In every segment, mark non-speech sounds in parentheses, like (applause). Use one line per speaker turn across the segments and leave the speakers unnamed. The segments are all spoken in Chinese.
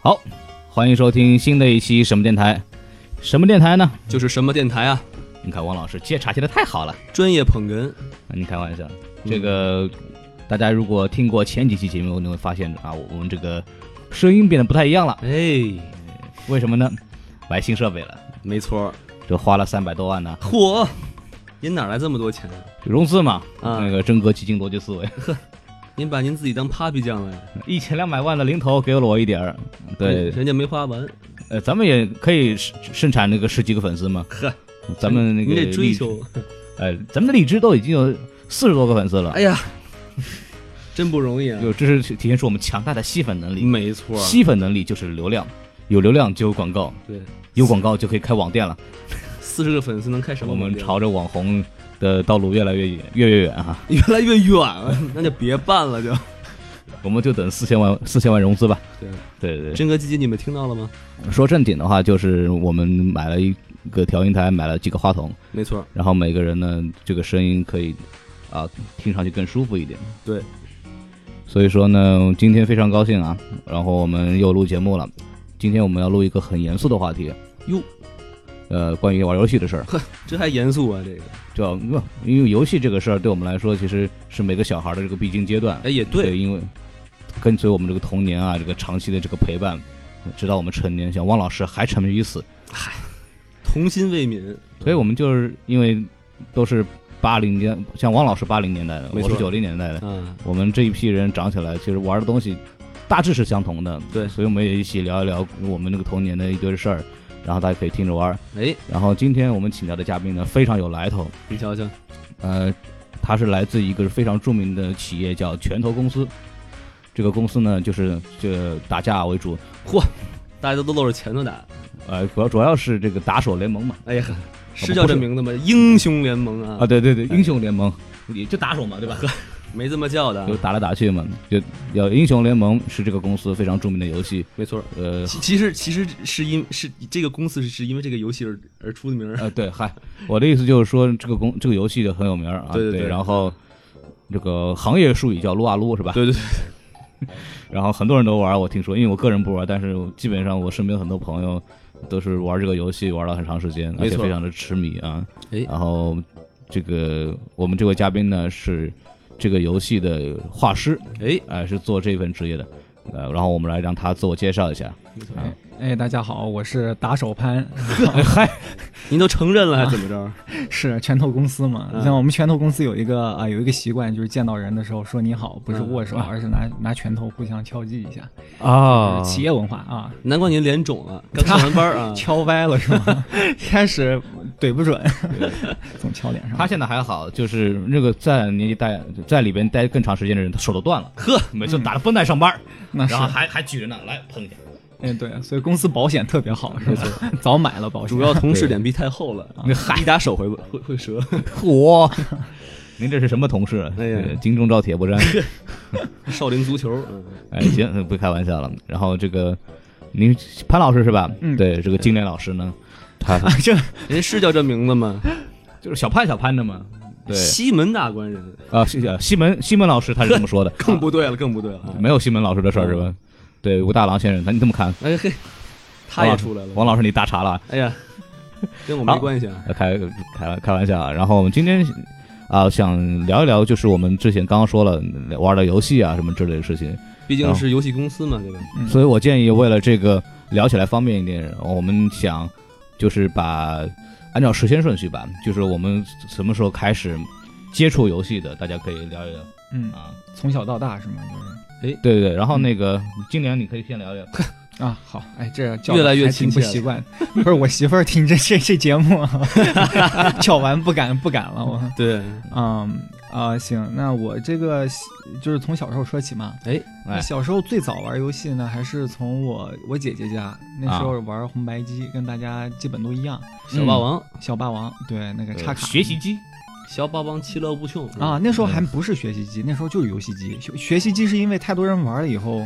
好，欢迎收听新的一期什么电台？什么电台呢？
就是什么电台啊？
你看汪老师接茬接的太好了，
专业捧哏。
你开玩笑。这个、大家如果听过前几期节目，你会发现啊，我我们这个声音变得不太一样了。
哎，
为什么呢？买新设备了，
没错。
这花了三百多万呢，
嚯，您哪来这么多钱啊？
融资嘛，
啊
那个真格基金逻辑思维，
您把您自己当 Papi 酱了呀？哎
一千两百万的零头给了我一点儿。对，
人家没花完。
呃，咱们也可以生生产那个十几个粉丝嘛。
呵，
咱们那个
您这追
荔枝，
求，
呃，咱们的荔枝都已经有四十多个粉丝了，
哎呀， (laughs) 真不容易啊。
就这是体现出我们强大的吸粉能力。
没错
吸粉能力就是流量，有流量就有广告，
对，
有广告就可以开网店了。
四十个粉丝能开什么
我
网店？
们朝着网红的道路越来越远，越来越远啊！
越来越远了， (laughs) 那就别办了就。
我们就等四千万四千万融资吧。
对，
对对对，
真哥基金你们听到了吗？
说正经的话，就是我们买了一个调音台，买了几个话筒，
没错，
然后每个人呢，这个声音可以啊听上去更舒服一点。
对，
所以说呢，今天非常高兴啊，然后我们又录节目了。今天我们要录一个很严肃的话题，
哟，
呃，关于玩游戏的事儿。
这还严肃啊这个。
就因为游戏这个事儿对我们来说，其实是每个小孩的这个必经阶段。
哎，也对，
因为跟随我们这个童年啊，这个长期的这个陪伴，直到我们成年，像汪老师还沉迷于此，
童心未泯。
所以我们就是因为都是八零年，像汪老师八零年代的，我
没错
是九零年代的，
啊，
我们这一批人长起来，其实玩的东西大致是相同的，
对
所以我们也一起聊一聊我们那个童年的一堆事儿，然后大家可以听着玩儿。
哎，
然后今天我们请到的嘉宾呢非常有来头，
你瞧瞧，
呃，他是来自一个非常著名的企业叫拳头公司，这个公司呢就是这打架为主，
大家都露着拳头打。
呃，主要主要是这个打手联盟嘛，
哎呀，是叫这名字吗？英雄联盟啊，
啊，对对对，英雄联盟也就打手嘛，对吧？
没这么叫的啊
就，打来打去嘛，就要英雄联盟是这个公司非常著名的游戏，
没错。
呃
其其实其实是因是这个公司是是因为这个游戏而 (laughs) 而出的名儿。
呃，对，嗨，我的意思就是说这个公这个游戏很有名儿啊，
对对对
然后这个行业术语叫撸啊撸是吧？
对对对，
然后很多人都玩，我听说，因为我个人不玩，但是我基本上我身边很多朋友都是玩这个游戏玩了很长时间，而
没
且
错
非常的痴迷啊。
哎
然后这个我们这位嘉宾呢是这个游戏的画师，
哎，
哎、是做这份职业的，呃，然后我们来让他自我介绍一下。
哎，大家好，我是打手
(laughs)
潘，
您都承认了还怎么着？
是拳头公司嘛？
嗯
像我们拳头公司有一个啊、有一个习惯，就是见到人的时候说你好，不是
嗯
握手，
啊
而是拿拿拳头互相敲击一下，
啊
呃
就是企业文化啊，
难怪您脸肿了，刚上完班儿 (laughs) 啊。
敲歪了是
(laughs)
吗？一开始怼不准，总敲脸上。
他现在还好，就是那个在年纪待在里边待更长时间的人，他手都断了，嗯
呵，
每次打着绷带上班儿，
那是
然后还还举着呢，来碰一下。
哎对，所以公司保险特别好，是吧？早买了保险
主。要同事脸皮太厚了，
那嗨
一打手会会会折。
嚯，您这是什么同事？
哎呀
呃金钟罩铁不 (laughs) 沾。
少林足球，嗯
哎，行，不开玩笑了。然后这个您潘老师是吧？
嗯
对，这个金莲老师呢， (laughs) 他
啊这
人是叫这名字吗？
就是小潘小潘的嘛。对
西门大官人，
啊，西呃西门西门老师他是这么说的，
更不对了，更不对了啊。
没有西门老师的事儿是吧？对，武大郎先生，他你怎么看？
哎嘿，他也出来了。
王老师，你大茬了啊。
哎呀，跟我没
好
关系啊。
呃开开开玩笑啊。然后我们今天啊、想聊一聊，就是我们之前刚刚说了玩的游戏啊什么之类的事情。
毕
然
竟
后
是游戏公司嘛，对吧？
嗯
所以我建议，为了这个聊起来方便一点，我们想就是把按照时间顺序吧，就是我们什么时候开始接触游戏的，大家可以聊一聊
嗯，
啊。
从小到大是吗？就
对
是
对对，然后那个今年你可以先聊聊，
啊，好，哎，这叫
越来
得
越
还
亲
挺不
切了
习惯。不是我媳妇儿听这这这节目啊， (laughs) 叫完不敢不敢了，我
对，
啊啊、行，那我这个就是从小时候说起嘛。
哎，
哎
小时候最早玩游戏呢，还是从我我姐姐家，那时
啊
候玩红白机，跟大家基本都一样。
小霸王，
小霸王，对那个
呃
插卡、嗯
学习嗯机，
小霸王其乐无穷
啊，，那时候还不是学习机，那时候就是游戏机。学学习机是因为太多人玩了以
(laughs)
后，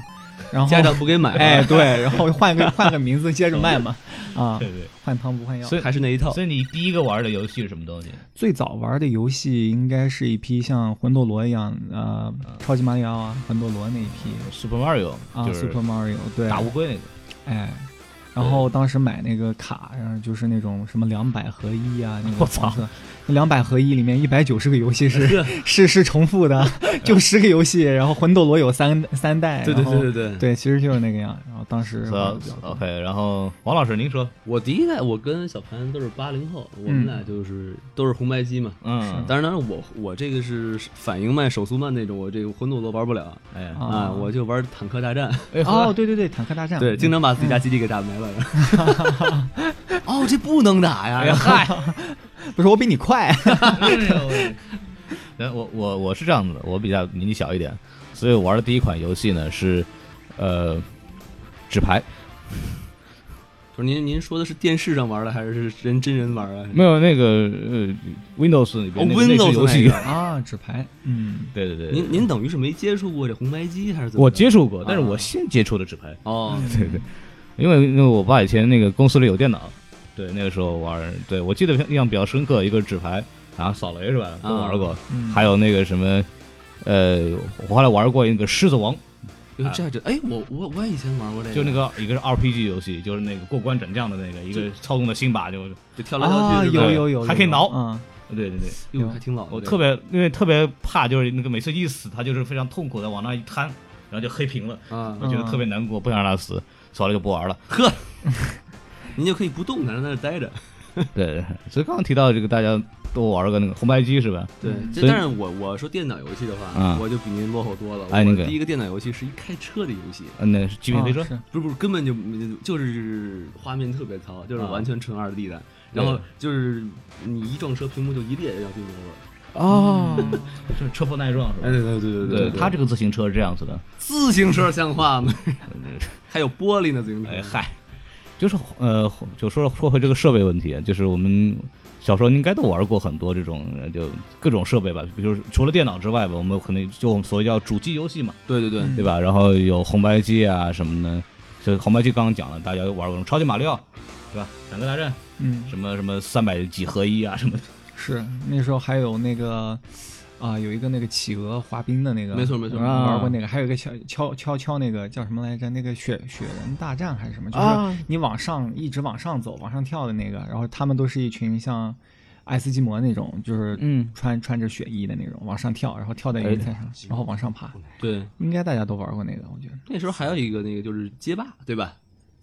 然后
家长不给买，啊
哎，对，然后换个换个名字接着
(laughs)
卖嘛，啊，
对对。
换汤不换药
所。以
还是那一套，
所以你第一个玩的游戏是什么东西？
最早玩的游戏应该是一批像魂斗罗一样，呃，超级马里奥啊，魂斗罗那一批
Super Mario
啊
就是
，Super Mario 对，
打乌龟那个，
哎，然后当时买那个卡，然后就是那种什么两百合一啊，那个
我操
黄色，两百合一里面一百九十个游戏是是是重
(laughs)
复的，就十个游戏，然后魂斗罗有三三代，
对对
然后
对对对。
对，其实就是那个样。然后当时
是啊
玩
吧
得比较多
OK，然后王老师您说，
我第一代，我跟小潘都是八零后，我们俩就是都是红白机嘛。
嗯，
当然，我我这个是反应慢、手速慢那种，我这个魂斗罗玩不了
哎呀，
啊，我就玩坦克大战，
哎
哦，
呵
对对对，坦克大战，嗯
对，经常把自己
嗯
家基地给打没了。 (laughs) 哦，这不能打
哎呀
呀！
嗨，
不是我比你快，
哎
(laughs) 然后我我我是这样子的，我比较年纪小一点，所以我玩的第一款游戏呢是，呃，纸牌，
不是您您说的是电视上玩的，还是人真人玩啊的？
没有那个呃 Windows 里边那个
哦
内置
Windows
游
那
戏
个，
啊，纸牌，嗯，
(laughs) 对对对，
您您等于是没接触过这红白机还是怎么着？
我接触过，但是
啊
我先接触的嗯纸牌，
哦，
对对，因为因为我爸以前那个公司里有电脑，对那个时候玩儿，对我记得印象比较深刻，一个纸牌啊扫雷是吧，都玩过，
嗯
还有那个什么，呃，我后来玩过一个狮子王，
哟这这哎，我我我也以前玩过这个，
就那个一个是 RPG 游戏，就是那个过关斩将的那个，一个操纵的辛巴就，
就跳来跳
啊，
去是吧，
有有有，
还可以
有
挠
嗯，
对对对，
哟还挺老的。
我
这个
特别因为特别怕就是那个每次一死他就是非常痛苦的往那一摊，然后就黑屏了，
啊
我，觉得特别难过，不想让他死，所以就不玩了。 (laughs)
呵，您就可以不动弹，让在那儿待着。
对，所以刚刚提到这个，大家都玩过那个红白机是吧？嗯
对，这
所以
但是我我说电脑游戏的话
啊，
我就比您落后多了。
哎
我
您给
第一个电脑游戏是一开车的游戏，
嗯，那是极品飞车
啊，是
不是不是，根本就就是画面特别糙，就是
啊
完全纯二 D 的。
对
然后就是你一撞车，屏幕就一裂，然后就 over。
哦，
就是车不耐撞是吧？
哎对对嗯对
对，
它
它
这
这个自行车是这样子的，
自行车像话吗？ (laughs) 还有玻璃呢，自行车。
哎嗨，就是呃，就说说回这个设备问题，啊就是我们小时候应该都玩过很多这种呃就各种设备吧，比如除了电脑之外吧，我们可能就我们所谓叫主机游戏嘛，
对对对，
对吧？然后有红白机啊什么的，就红白机刚刚讲了，大家玩过超级马里奥，对吧？坦克大战
嗯，
什么什么三百几合一啊什么的，
是那时候还有那个。啊，有一个那个企鹅滑冰的那个，
没错没错嗯
我玩过那个，还有一个敲敲敲敲那个叫什么来着？那个雪雪人大战还是什么？就是
啊
你往上一直往上走，往上跳的那个。然后他们都是一群像爱斯基摩那种，就是
嗯
穿穿着雪衣的那种，往上跳，然后跳在
哎
云彩上，然后往上爬。
对。
应该大家都玩过那个，我觉得
那时候还有一个那个就是街霸，对吧？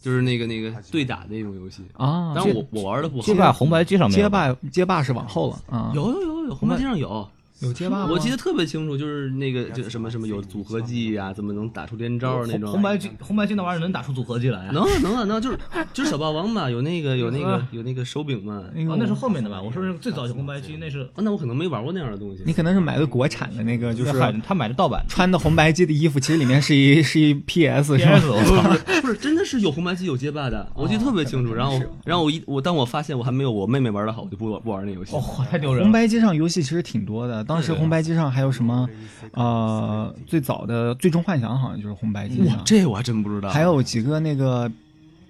就是那个那个对打那种游戏。
啊
但是我我玩的不好。
街霸红白机上面
街霸街霸是往后了啊，
有有有有，红白机上有。
有街霸吗，
我记得特别清楚，就是那个就什么什么有组合技呀、怎么能打出连招儿那种。哎
红白机红白机那玩意儿能打出组合技来啊？
能啊能啊能啊，就是就是小霸王嘛，有那个有那个有那个手柄嘛。
那个
哦
我，
嗯那是后面的吧？我说是最早就红白机，那是
啊，那我可能没玩过那样的东西
你。可能是买的国产的那个，就是
他买的盗版。
穿的红白机的衣服，其实里面是一 (laughs) 是一 PS 是吧？
我操！
不是，真的是有红白机有街霸的，我记得特别清楚。
哦
然后然后我一我当我发现我还没有我妹妹玩的好，我就不玩不玩那游戏。
哦，太丢人
红
了！
白机上游戏其实挺多的，当时红白机上还有什么，呃，最早的《最终幻想》好像就是红白机
哇
上，，
这我还真不知道。
还有几个那个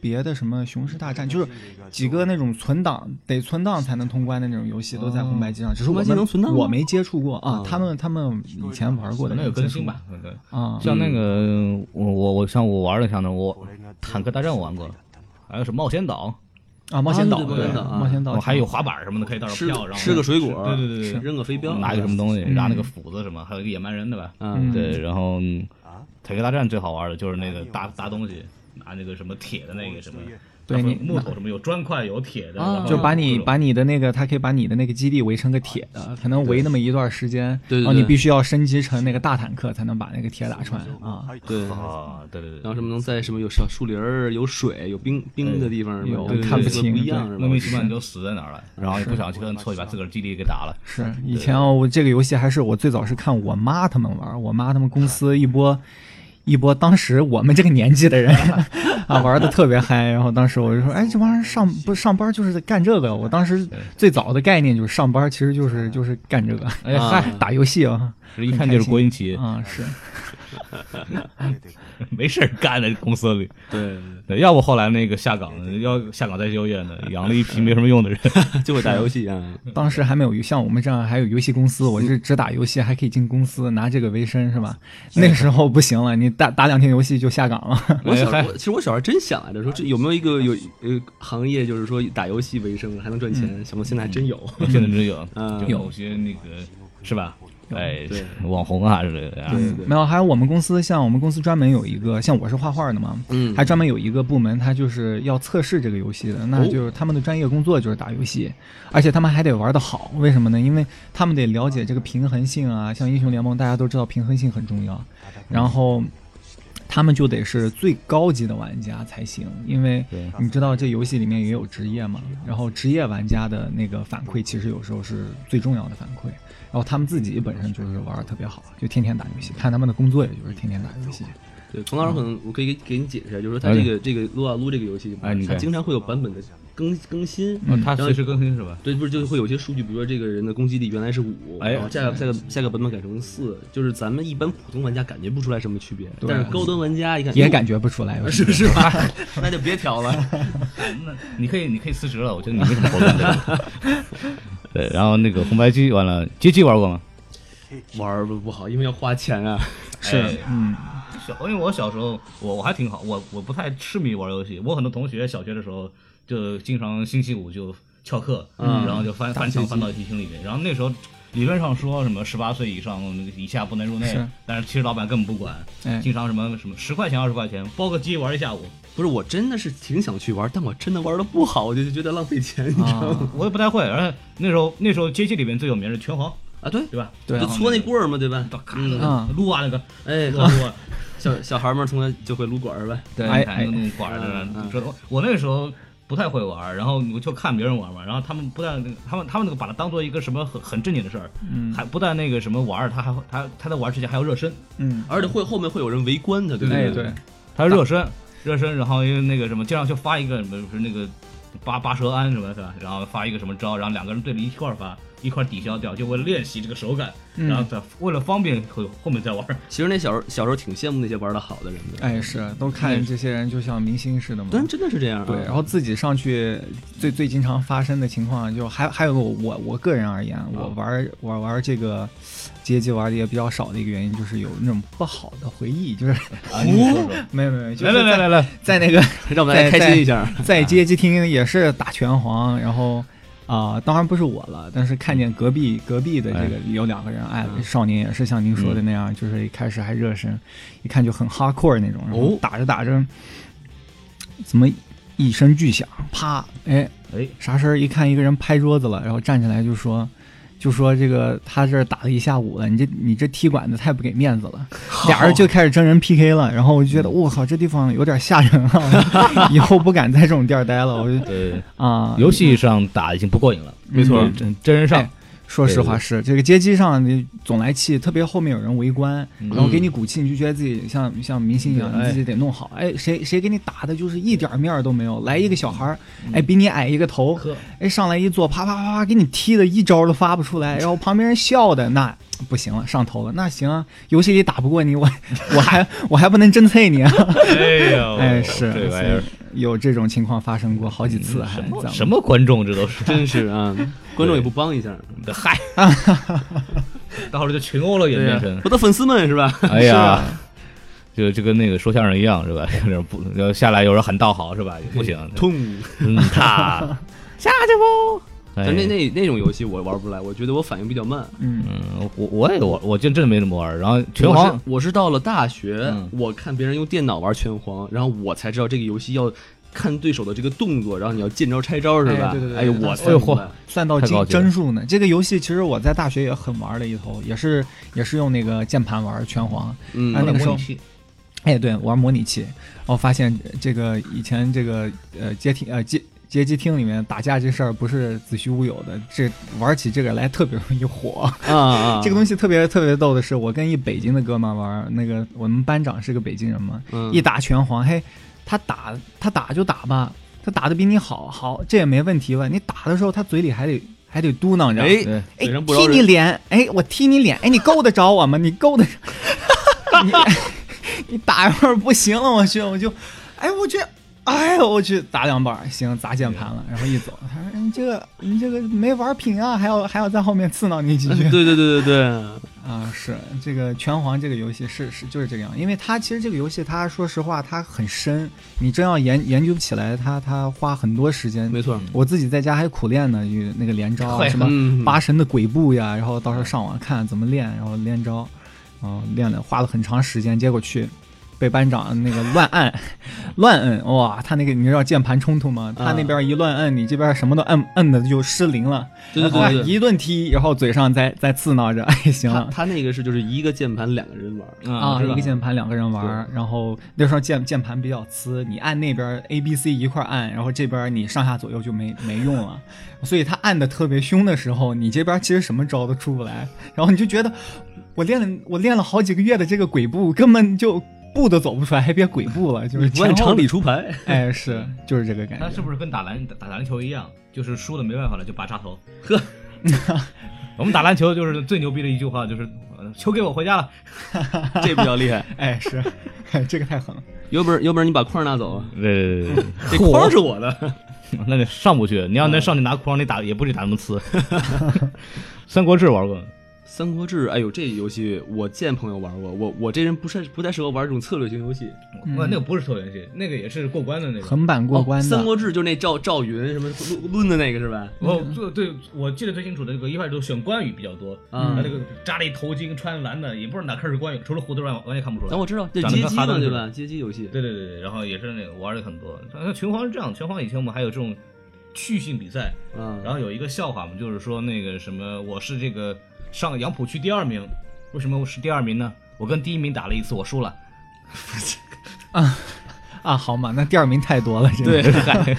别的什么《雄狮大战》，就是几个那种存档得存档才能通关的那种游戏都在红白机上，只是
红
我
白机能
们
存档吗
我没接触过啊
啊，
他们他们以前玩过
可
的
能有更新吧。
啊，
像那个我我我像我玩的像那我
嗯
坦克大战我玩过，还有什么冒险岛，
啊，冒险岛，
对对冒险
对
岛啊
冒险岛
我还有滑板什么的可以到处
吃
跳，然后
吃个水果，
对对对对
扔个飞镖，
拿一个什么东西，拿那个斧子什么，还有一个野蛮人对吧？
嗯，
对，然后
啊
坦克大战最好玩的就是那个搭搭东西，拿那个什么铁的那个什么
对
它会
你
有木头什么有砖块有铁的，
啊
然后
就把
有
你
各种啊
把你的那个，它可以把你的那个基地围成个铁的，可能围那么一段时间，哦
对对
然后你
对
必须要升级成那个大坦克才能把那个铁打穿啊。
对，
啊，对对对，
然后什么能在什么有小树林儿、有水、有冰冰的地
哎
方是吧，
有
跟
看不
这个
清
不一样是吧
莫？名其妙你就死在哪儿了，然后也不想去摁错，就把自个儿基地给打了。 (laughs)
是以前哦，我这个游戏还是我最早是看我妈他们玩儿，我妈他们公司一波一波，当时我们这个年纪
(laughs)
的人啊玩的特别嗨，然后当时我就说，哎，这帮人上不是上班就是干这个，我当时最早的概念就是上班其实就是就是干这个，哎
啊
嗨， (laughs) 打游戏啊，
一看就是国营企业，
啊
(laughs)
是，
没事儿干的公司里。
对，
对，要不后来那个下岗，要下岗再就业呢，养了一批没什么用的人。 (laughs)
(laughs) 就会打游戏啊，
当时还没有像我们这样还有游戏公司，我是只打游戏还可以进公司拿这个为生是吧？那个时候不行了，你打打两天游戏就下岗
(laughs)
了，
我小
哎嗨
我其实我小时候真想来着，说这有没有一个有呃行业，就是说以打游戏为生还能赚钱？想不到现在还真有。
现在真有，
嗯
就有些那个是吧？哎
对，
网红啊之类的啊。
对对
没有，还有我们公司，像我们公司专门有一个，像我是画画的嘛，
嗯
还专门有一个部门，他就是要测试这个游戏的，那就是他们的专业工作就是打游戏，而且他们还得玩得好，为什么呢？因为他们得了解这个平衡性啊，像英雄联盟大家都知道平衡性很重要，然后。他们就得是最高级的玩家才行，因为
对
你知道这游戏里面也有职业嘛，然后职业玩家的那个反馈其实有时候是最重要的反馈，然后他们自己本身就是玩的特别好，就天天打游戏，看他们的工作也就是天天打游戏。
(laughs) 对，冯老师可能我可以给给你解释一下，就是说他这个这个撸啊撸这个游戏
哎你，
它
看
经常会有版本的更更新。
哦他随时更新是吧？
对，不是就会有些数据，比如说这个人的攻击力原来是五，
哎
然后下个下个下个版本改成四，就是咱们一般普通玩家感觉不出来什么区别，
对
但是高端玩家一看
也感觉不出来，有时
是
候
是吧？那就别调了。
那你可以，你可以辞职了，我觉得你没什么活干的。 (laughs) 对，然后那个红白机完了，街机玩过吗？
玩儿不不好，因为要花钱啊。
哎
是嗯，
小，因为我小时候我我还挺好，我我不太痴迷玩游戏。我很多同学小学的时候就经常星期五就翘课，
嗯
然后就翻翻墙翻到迪厅里面。然后那时候理论上说什么十八岁以上以下不能入内
是，
但是其实老板根本不管，
哎
经常什么什么十块钱二十块钱包个机玩一下午，
不是，我真的是挺想去玩，但我真的玩的不好，我就觉得浪费钱，你知道
啊
吗？
我也不太会。而且那时候那时候街机里面最有名是拳皇，
啊，对，
对吧？
对
就
然后
搓那
个
棍儿嘛，对吧？
咔
嗯，
啊
撸啊那个， (laughs)
哎，
撸啊撸啊。
小小孩们从来就会撸管儿呗。
对，
哎
你看
哎
那种管儿的
嗯嗯，
这我那时候不太会玩儿，然后我就看别人玩儿嘛，然后他们不但他们他们那个把它当做一个什么很很正经的事儿，
嗯
还不但那个什么玩儿，他还他他在玩儿之前还要热身，
嗯，
而且会后面会有人围观他，对不
哎
对？
对，
他要热身热身，然后因为那个什么经常就发一个什么就是那个八八蛇鞍什么的，然后发一个什么招，然后两个人对着一块儿发。一块儿抵消掉，就为了练习这个手感，
嗯
然后再为了方便后后面再玩儿。
其实那小时候小时候挺羡慕那些玩的好的人的，
哎是，都看这些人就像明星似的嘛。
但真的是这样啊。
嗯
对，然后自己上去最最经常发生的情况，就还还有个我我个人而言，
啊
我玩玩玩这个街机玩的也比较少的一个原因，就是有那种不好的回忆，就是
啊你说说
(laughs) 没有没有，就
来
是
来来
在
来来，
在那个
让我们大家
在
开心一下。
在街机厅也是打拳皇，然后啊、当然不是我了，但是看见隔壁隔壁的这个有两个人，哎，
嗯
少年也是像您说的那样，
嗯
就是一开始还热身，一看就很 hardcore 那种，然后
哦
打着打着，怎么一声巨响，啪，哎，
哎，
啥声儿？一看一个人拍桌子了，然后站起来就说。就说这个他这儿打了一下午了，你这你这踢馆子太不给面子了，俩人就开始真人 PK 了。然后我就觉得我靠，这地方有点吓人啊， (laughs) 以后不敢在这种地儿待了。我就
对，呃
啊，
游戏上打已经不过瘾了，
没错
对真真人上
哎说实话
对
是这个街机上你总来气，特别后面有人围观，
嗯
然后给你鼓气，你就觉得自己像像明星一样，
对
你自己得弄好。哎，谁谁给你打的就是一点面儿都没有，来一个小孩儿，哎，比你矮一个头，
嗯呵，
哎，上来一坐，啪啪啪啪，给你踢的一招都发不出来，然后旁边人笑的那不行了，上头了，那行啊，游戏里打不过你，
(laughs)
我我还我还不能真菜你啊，
(laughs) 哎呦，
哎是，
这玩意儿嗯
所以有这种情况发生过好几次，还
什么
咱
什
们
么观众，这都是
(laughs) 真是啊，观众也不帮一下，
嗨，到时候就群殴了也
对呀
变成，
我的粉丝啊 (laughs) 们是吧？
哎呀，就就跟那个说相声一样是吧？ (laughs) 有点不，要下来有人喊道好是吧？也不行，
痛。
嗯他下去不？哎
但那那那种游戏我玩不来，我觉得我反应比较慢。
嗯
嗯，我我也我我就真的没怎么玩儿，然后拳
我
皇
是我是到了大学，
嗯
我看别人用电脑玩拳皇，然后我才知道这个游戏要看对手的这个动作，然后你要见招拆招，是吧？
哎对对对
哎呦，我
哎呦嚯
嚯！
算到
太高
金
级了
帧数呢。这个游戏其实我在大学也很玩了一头，也是也是用那个键盘玩拳皇。
嗯
啊那个时
模
候
拟器，
哎，对，玩模拟器，然后发现这个以前这个呃街厅呃街街机厅里面打架这事儿不是子虚乌有的，这玩起这个来特别容易火。
啊啊，
这个东西特别特别逗的是，我跟一北京的哥们儿玩儿，那个我们班长是个北京人嘛，
嗯
一打拳皇，嘿，他打他打就打吧，他打的比你好，好这也没问题吧？你打的时候他嘴里还得还得嘟囔着，
哎
对，
哎
嘴上不饶
踢你
人
脸，哎我踢你脸，哎你够得着 (laughs) 我吗？你够得着你你 (laughs) 打一会儿不行了，我去我就，哎我去。哎呦我去打两板儿，行砸键盘了，然后一走，他说嗯你这个你这个没玩品啊，还要还要在后面刺挠你几句。
对对对对对，
啊，是这个拳皇这个游戏是是就是这个样，因为它其实这个游戏它说实话它很深，你真要研研究不起来，它它花很多时间。
没错，
嗯
我自己在家还苦练呢，与那个连招啊
会
什么
嗯
八神的鬼步呀，然后到时候上网看怎么练，然后连招，然后练了花了很长时间，结果去被班长那个乱按， (laughs) 乱摁，哇，他那个你知道键盘冲突吗？他那边一乱摁，你这边什么都摁嗯摁的就失灵了，
对对对
然后
对对
一顿踢，然后嘴上再再刺挠着，哎，行
他
了。
他那个是就是一个键盘两个人玩儿，
啊
啊，
是
一
吧
个键盘两个人玩儿，然后那时候键键盘比较呲，你按那边 A B C 一块儿按，然后这边你上下左右就没没用了，所以他按的特别凶的时候，你这边其实什么招都出不来，然后你就觉得我练了我练了好几个月的这个鬼步根本就步都走不出来，还别鬼步了，就是
不按
前后
常理，啊出牌。
哎，是就是这个感
他是
觉，
不是跟打篮打打篮球一样，就是输了没办法了就拔插头？呵， (laughs) 我们打篮球就是最牛逼的一句话，就是呃球给我回家了。
这比较厉
(laughs)
害。
哎是，哎这个太狠了，
有本有本你把框拿走
(laughs)
啊！
对对对
这框是我的。
(laughs) 那得上不去。你要能上去拿框，你打也不许打那么呲。 (laughs) 三国志玩过吗，
三国志，哎呦，这游戏我见朋友玩过，我我这人不是不太适合玩这种策略型游戏。
哇，那个不是偷游戏，那个也是过关的那个。
横版过关的
哦三，国志就是那赵赵云什么抡抡的那个是吧？
哦，对对，我记得最清楚的那个一开始都选关羽比较多，
啊
那个扎了一头巾，穿蓝的，也不知道哪颗是关羽，除了胡子外完全看不出来。
但我知道这
长得
街
跟
机
哈
嘛，
登
对
似的
吧？街机游戏。
对对对对，然后也是那个玩的很多。那拳皇是这样，拳皇以前我们还有这种趣性比赛，
嗯，
然后有一个笑话嘛，就是说那个什么，我是这个上杨浦区第二名，为什么我是第二名呢？我跟第一名打了一次，我输了。
啊好嘛，那第二名太多了，真
(laughs)
(laughs)
的
对，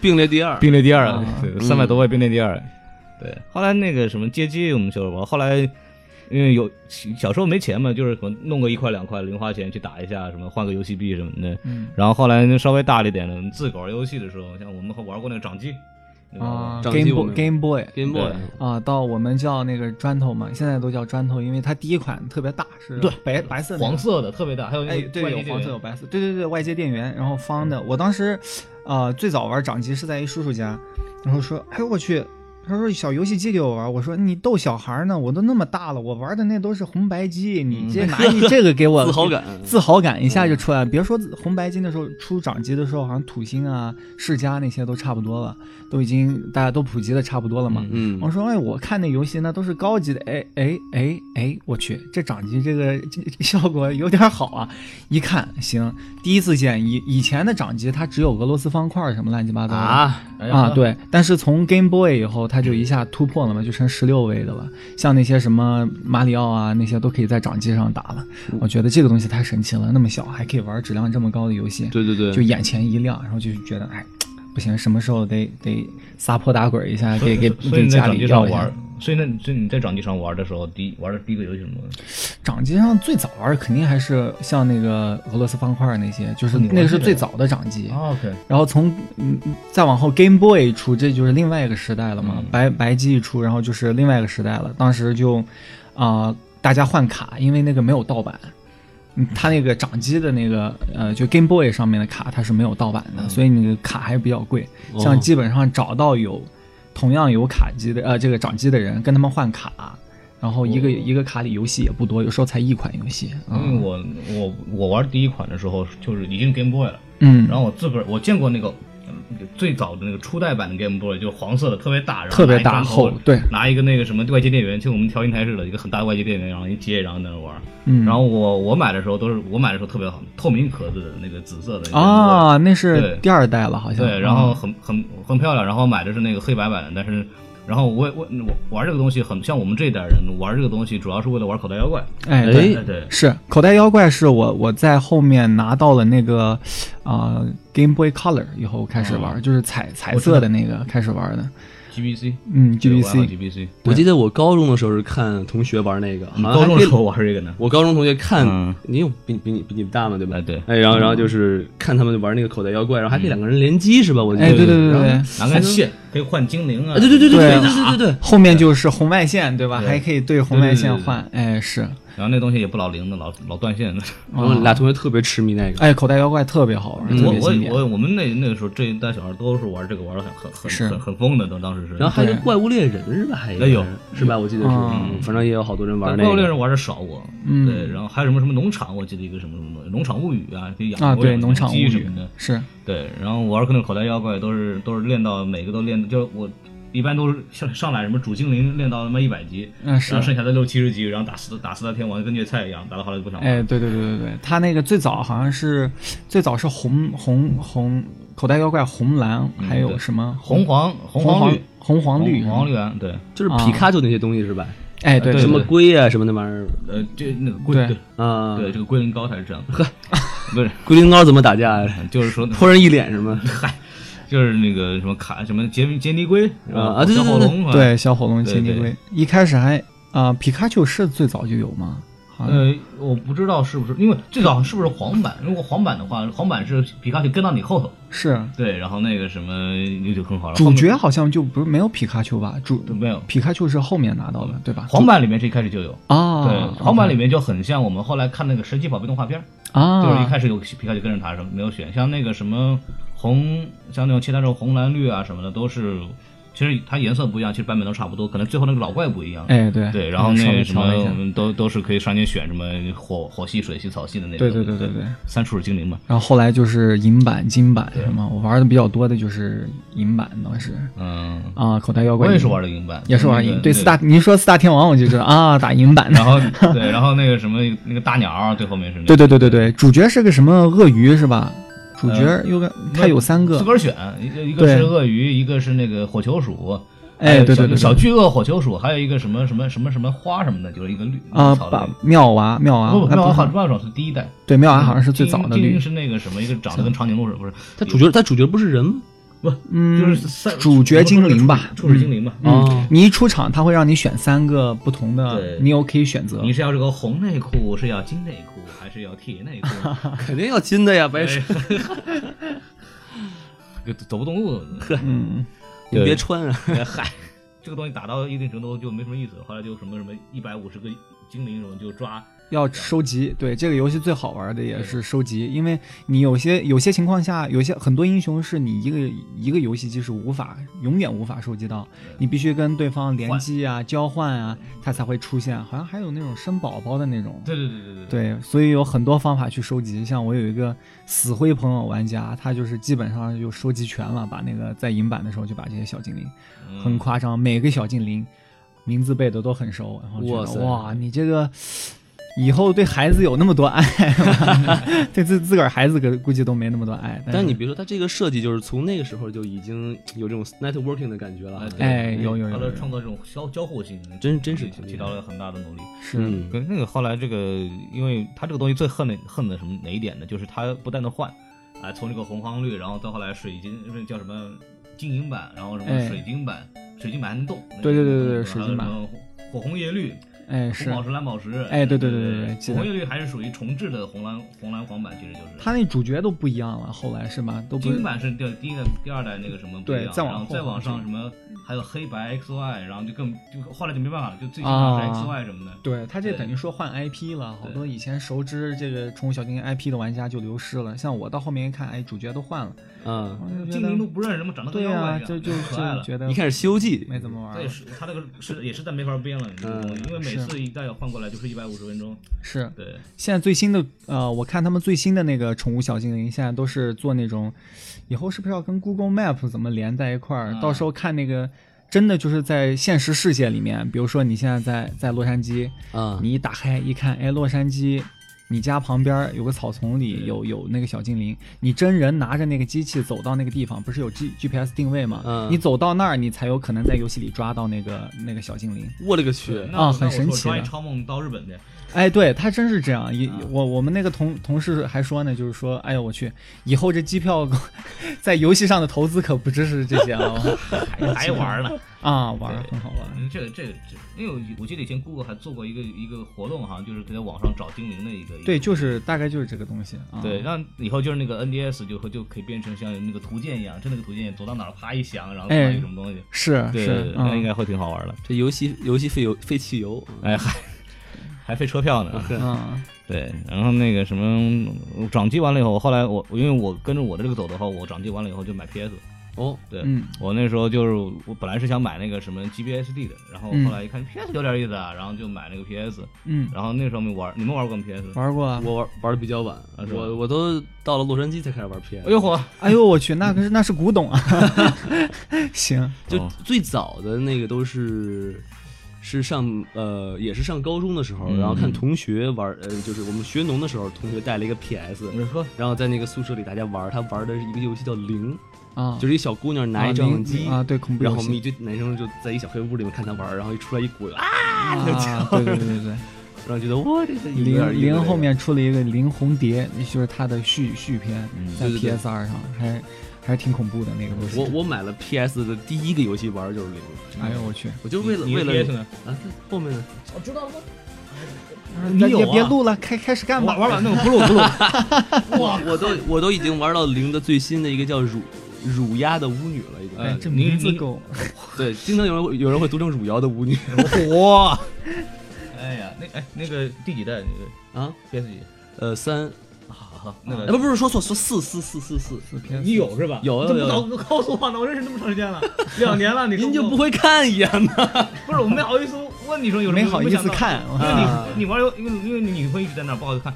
并列第二。
并列第二啊
啊，
三百多位并列第二。对，后来那个什么街机我们就是玩，后来因为有小时候没钱嘛，就是可能弄个一块两块零花钱去打一下，什么换个游戏币什么的。
嗯
然后后来稍微大了一点了，自个儿玩游戏的时候，像我们还玩过那个掌机，你玩过吗
啊
掌机哦
，Game
我
Boy
没有
Game Boy。
Game Boy
啊，到我们叫那个砖头嘛，现在都叫砖头，因为它第一款特别大，是
对
白白色那个
黄，色的特别大，还有那
哎，
个
对，
外接
有
电
黄
源嗯
色有白色，对对对，外接电源，然后方的。我当时，呃，最早玩掌机是在一叔叔家，然后说，哎我去，他说小游戏机给我玩，我说你逗小孩儿呢，我都那么大了，我玩的那都是红白机，
嗯
你这拿你这个
(laughs)
给我
自豪感。
自豪感一下就出来了。别说红白机那时候出掌机的时候，好像土星啊、世嘉那些都差不多了，都已经大家都普及的差不多了嘛。
嗯
哦
我，说，哎，我看那游戏那都是高级的，哎哎哎哎，我去，这掌机这个这这效果有点好啊！一看，行，第一次见，以以前的掌机它只有俄罗斯方块什么乱七八糟的
啊，
哎呀
啊，，对，但是从 Game Boy 以后，它就一下突破了嘛，就成十六位的了。像那些什么马里奥啊，那些都可以在掌机上打了。我觉得这个东西太神奇了，那么小还可以玩质量这么高的游戏，
对对
就
对，
眼前一亮，然后就觉得哎，不行，什么时候得得撒泼打滚一下，啊给给
所以
给
你在
家
掌
里
机
要
上
一下
玩。，所以那所以你在掌机上玩的时候，第一玩的第一个游戏是什么？
掌机上最早玩肯定还是像那个俄罗斯方块那些，就是
哦你玩
那个是
这个
最早的掌机。
o k
然后从嗯再往后 Game Boy 出，这就是另外一个时代了嘛。
嗯
白白机一出，然后就是另外一个时代了。当时就啊、大家换卡，因为那个没有盗版。嗯，它那个掌机的那个呃，就 Game Boy 上面的卡，它是没有盗版
嗯
的，所以那个卡还比较贵。
哦
像基本上找到有同样有卡机的
嗯
呃这个掌机的人，跟他们换卡，然后
哦
一个、一个卡里游戏也不多，有时候才一款游戏。
因为
嗯
我我我玩第一款的时候就是已经 Game Boy 了，
嗯，
然后我自个儿我见过那个嗯最早的那个初代版的 Game Boy 就是黄色的，特别大，然后
特别
拿一
大
砖头
厚对
拿一个那个什么外接电源，就我们调音台似的，一个很大的外接电源，然后一接，然后在那玩。
嗯
然后我我买的时候都是我买的时候特别好，透明壳子的那个紫色的那个 Game Boy，
啊，那是
对
第二代了，好像。嗯
对，然后很很很漂亮，然后买的是那个黑白版的，但是。然后我也我我玩这个东西很像我们这一代人玩这个东西，主要是为了玩口袋妖怪。
嗯哎，对
对
哎
对，
是口袋妖怪是我我在后面拿到了那个啊、呃 Game Boy Color 以后开始
啊
玩，就是彩彩色的那个开始玩的。
GBC，
嗯，GBC
GBC，
我记得我高中的时候是看同学玩那个，好
嗯
像
高中
还
的
跟
时候玩这个
(laughs)
呢。
我高中同学看
嗯，
你有比你比你比你们大嘛，对吧
哎，？对，嗯
哎，然后然后就是看他们玩那个口袋妖怪，然后还可以两个人联机是吧？我记得
哎，对对对
然后
对对。
拿根线可以换精灵啊。
啊，对对对对
对
对
啊
对对对，
后面就是红外线，对吧？
对
还可以对红外线换，哎是，
然后那东西也不老灵的，老老断线的。
然后俩同学特别痴迷那个，
哎，口袋妖怪特别好玩，嗯
嗯
特
我
别经
我
典。
我我们那那个时候这一代小孩都是玩这个玩的很很
是
很很很疯的，当当时是。
然后还有一个
对
怪物猎人是吧？还一个
哎有
是吧？我记得是，
嗯
嗯反正也有好多人玩
但
那
怪物猎
个。
人玩的少我，
嗯
对，然后还有什么什么农场，我记得一个什么什么东西，农场物语啊，可以养
啊，
牛
对，
养
农场物
鸡什
语
么的，
是，
对，然后玩可能口袋妖怪都是都是练到每个都练，就是我一般都是上上来什么主精灵练到他妈一百级，
嗯是
然后，剩下的六七十级，然后打四打四大天王跟虐菜一样，打到后来就不想玩了。
哎，对对对对对，他那个最早好像是最早是红红红口袋妖怪红蓝，还有
嗯对
什么
红黄红
红
黄
黄
绿
红黄绿嗯
黄绿蓝对，
就是皮卡丘那些东西是吧？
哎
对
对啊对
什
对
么龟啊什么那玩意儿
呃，这那个龟对
对嗯
啊？
对，，这个龟苓膏才是这样的， (laughs) 不是，
龟苓膏怎么打架
(laughs)
呀？
就是说
泼人一脸是吗？
就是那个什么卡什么杰杰尼龟
啊对对
小
对
火龙啊，
对小火龙
对
千里
对
龟，一开始还啊皮卡丘是最早就有吗？好像
呃，我不知道是不是，因为最早是不是黄版？如果黄版的话，黄版是皮卡丘跟到你后头，
是
对，然后那个什么那就很好了。
主
啊后面
角好像就不是没有皮卡丘吧？主
没有
皮卡丘是后面拿到的，对吧？
黄版里面是一开始就有，
啊，
对，黄版里面就很像我们后来看那个神奇宝贝动画片儿，
啊，
就是一开始有皮卡丘跟着他什么没有选，像那个什么红，像那种其他这种红蓝绿啊什么的都是，其实它颜色不一样，其实版本都差不多，可能最后那个老怪不一样。
哎对
对，然后那
稍
个什么
微调了一下
我们都都是可以上街选什么火火系、水系、草系的那种。
对对对对对。
三处是精灵嘛。
然后后来就是银版、金版什么，我玩的比较多的就是银版，当时
嗯，
啊，口袋妖怪
我也嗯
银
是，玩的银版，
也是玩
那
银，
个
对四大，。您说四大天王我就知道啊，打银版
那个然
的，
后对，然后那个什么那个大鸟，最后面是那个
对对对对对，主角是个什么鳄鱼是吧？主角有个他有三
自
个
呃个，儿选，一个一个
对
是鳄鱼，一个是那个火球鼠，还
哎
有
对
小
对对
小
对。
巨鳄火球鼠，还有一个什么什么什么什么花什么的，就是一个绿
啊，
草的
把妙娃妙
那个。
娃
不，
哎
那我
是
好像妙手是第一代，
对妙娃好像是最早的
精
绿
灵，是那个什么一个长得跟长颈鹿似的，不是，
他主角他主角不是人吗？
嗯，
就是三
主角精灵吧
处女精灵吧。
哦
嗯，你一出场，他会让你选三个不同的，
对
你有可以选择。
你是要这个红内裤，是要金内裤，还是要铁内
(laughs)
裤？
(laughs) 肯定要金的呀，白
哎，这 (laughs) 走不动路，
嗯，
你别穿啊！
嗨，这个东西打到一定程度就没什么意思了。后来就什么什么一百五十个精灵，什么就抓，
要收集。对，这个游戏最好玩的也是收集，因为你有些有些情况下，有些很多英雄是你一个一个游戏机是无法永远无法收集到，你必须跟对方联机啊、交换啊，它才会出现。好像还有那种生宝宝的那种。
对对对对对对。
对，所以有很多方法去收集。像我有一个死灰朋友玩家，他就是基本上就收集全了，把那个在银版的时候就把这些小精灵
嗯
很夸张，每个小精灵名字背的都很熟，然后觉
哇
得
塞
哇，你这个以后对孩子有那么多爱吗， (laughs) 对自自个儿孩子可估计都没那么多爱。
(laughs) 但
是
你别说，他这个设计就是从那个时候就已经有这种 networking 的感觉了。
呃对
哎，有有有
他
有
的
有
创造这种交交互性，
真真是挺厉害
起到了很大的努力。
是
嗯，
跟那个后来这个，因为他这个东西最恨的恨的什么哪一点呢？就是他不断的换，啊，从这个红黄绿，然后到后来水晶不是叫什么金银版，然后什
哎
么水晶版，水晶版还能动，
对对对对对
还有
水晶版
什么火红叶绿，
哎
红
是
嗯
宝石蓝宝石，
哎对对
对
对对对记
火
得
红叶绿还是属于重置的红蓝红蓝黄版，其实就是
他那主角都不一样了，后来是吧？都不
金
是
银版是第第一代、第二代那个什么不
对
一样，
再往
然
后
后再往
好
上
像
什么还有黑白 XY，然后就更就后来就没办法了，就最新版是
啊
XY 什么的。
对他这
对
等于说换 IP 了，好
对
多以前熟知这个宠物小精灵 IP 的玩家就流失了。像我到后面一看，哎，主角都换了，
啊，
我就觉
精
得
灵都不认识，什么长得跟
对
妖怪
呀、
一样，
就就
可爱
就
了。
觉得
一开始《西游记》
没怎么玩
对，
了。
是他那个是也是在没法编了，你知道吗
嗯
因为每次一代要换过来就是一百五十分钟，
是
对，
现在最新的呃，我看他们最新的那个宠物小精灵，现在都是做那种，以后是不是要跟 Google Map 怎么连在一块儿？
啊
到时候看那个真的就是在现实世界里面，比如说你现在在在洛杉矶，
啊，
你一打开一看，哎，洛杉矶。你家旁边有个草丛里有有那个小精灵，你真人拿着那个机器走到那个地方，不是有 G G P S 定位吗？
嗯
你走到那儿，你才有可能在游戏里抓到那个那个小精
(laughs)
灵。
我勒个去！
那
啊
我
很
那我
神
说
奇
抓一
的
超梦到日本去，
哎，对他真是这样。也、
啊
我我们那个同同事还说呢，就是说，哎呦我去，以后这机票 (laughs) 在游戏上的投资可不只是这些啊，
(laughs)
(laughs)
还玩儿呢。
啊玩儿
对
很好玩儿。
嗯，这个这个这，因为我我记得以前 Google 还做过一个一个活动，好像就是在网上找精灵的一个。一个
对，就是大概就是这个东西啊。
对，让以后就是那个 NDS 就会就可以变成像那个图鉴一样，真的那个图鉴走到哪儿啪一响，然后看
哎
到有什么东西。
是
对对
是
对，，那应
嗯
该会挺好玩的。
这游戏游戏费油费汽油，
哎，还还费车票呢。啊
嗯
对，然后那个什么，我掌机完了以后，我后来我因为我跟着我的这个走的话，我掌机完了以后就买 PS。
哦，
对，
嗯
我那时候就是我本来是想买那个什么 GBSD 的，然后
嗯
后来一看 PS 有点意思啊，然后就买那个 PS。
嗯，
然后那时候没玩，你们玩过吗 PS？
玩过啊。
我玩玩的比较晚，
是吧
我我都到了洛杉矶才开始玩 PS。
哎呦嚯！
哎呦我去，那可是那是古董啊。行，
就
哦
最早的那个都是是上呃也是上高中的时候，
嗯
然后看同学玩，呃就是我们学农的时候，同学带了一个 PS，
嗯
你说
然后在那个宿舍里大家玩，他玩的是一个游戏叫零，
啊，
就是一小姑娘拿一照相机。
啊，对恐怖
然
游
后我们一
戏
堆男生就在一小黑屋里面看他玩，然后一出来一鬼啊，
啊，对对对对。
然后觉得哇这这有点
零
意思这
零
个
后面出了一个《零红蝶》，就是它的续续篇
嗯，
在
对对对
PS 二上，还还是挺恐怖的那个游戏。
我我买了 PS 的第一个游戏玩的就是零，
哎呦我去！
我就为了
你
为
的 PS
了
呢？
啊后面的
我知道吗？
你
有
也
啊
别录了，开开始干吧
玩。玩完那我不录不录。
哇， (laughs) 我都我都已经玩到零的最新的一个叫乳乳鸭的巫女了，已经。
哎，
呃
这
你
名字
你
够
对，经常有人会有人会读成汝窑的巫女
哇！哎呀，那哎那个第几代那
啊，
个 PS 几？
(laughs) 呃三，
好，
那
那个
个不不是说错，说四四四四四，
四篇。
你有是吧？
有有
这
有
么早都告诉我呢，我认识这么长时间了，两年了，你
您
跟
就
我
不会看一眼吗？ (laughs)
不是我没好意思问你说有什么
没好意思。
没想到
看，
因为
啊
你你玩游，因为因为你女朋友一直在那儿，不好意思看。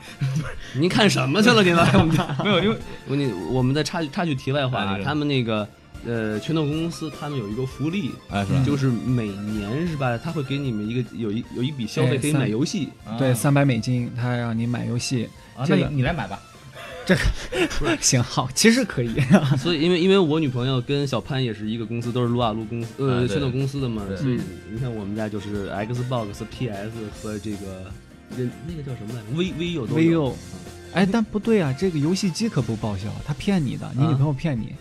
您看什么去了？您来我们家，
没有，因为
(laughs) 我你我们再插句插句题外话
啊
啊
那，个
他们那个呃拳头公司他们有一个福利。
哎是
吧
就是每年是吧？他会给你们一个有一有一笔消
哎
费可以
三
买游戏，
对，三百美金，他让你买游戏，
啊，那
这
你
个
你来买吧。
(laughs) 行好，其实可以。
所以因为因为我女朋友跟小潘也是一个公司，都是撸啊撸公司
啊
呃
对
拳头公司的嘛，
对
所以你看我们家就是 Xbox、PS 和这个那那个叫什么来着？V V U 都有
VU 哎，但不对啊，这个游戏机可不报销，他骗你的，你
啊
女朋友骗你，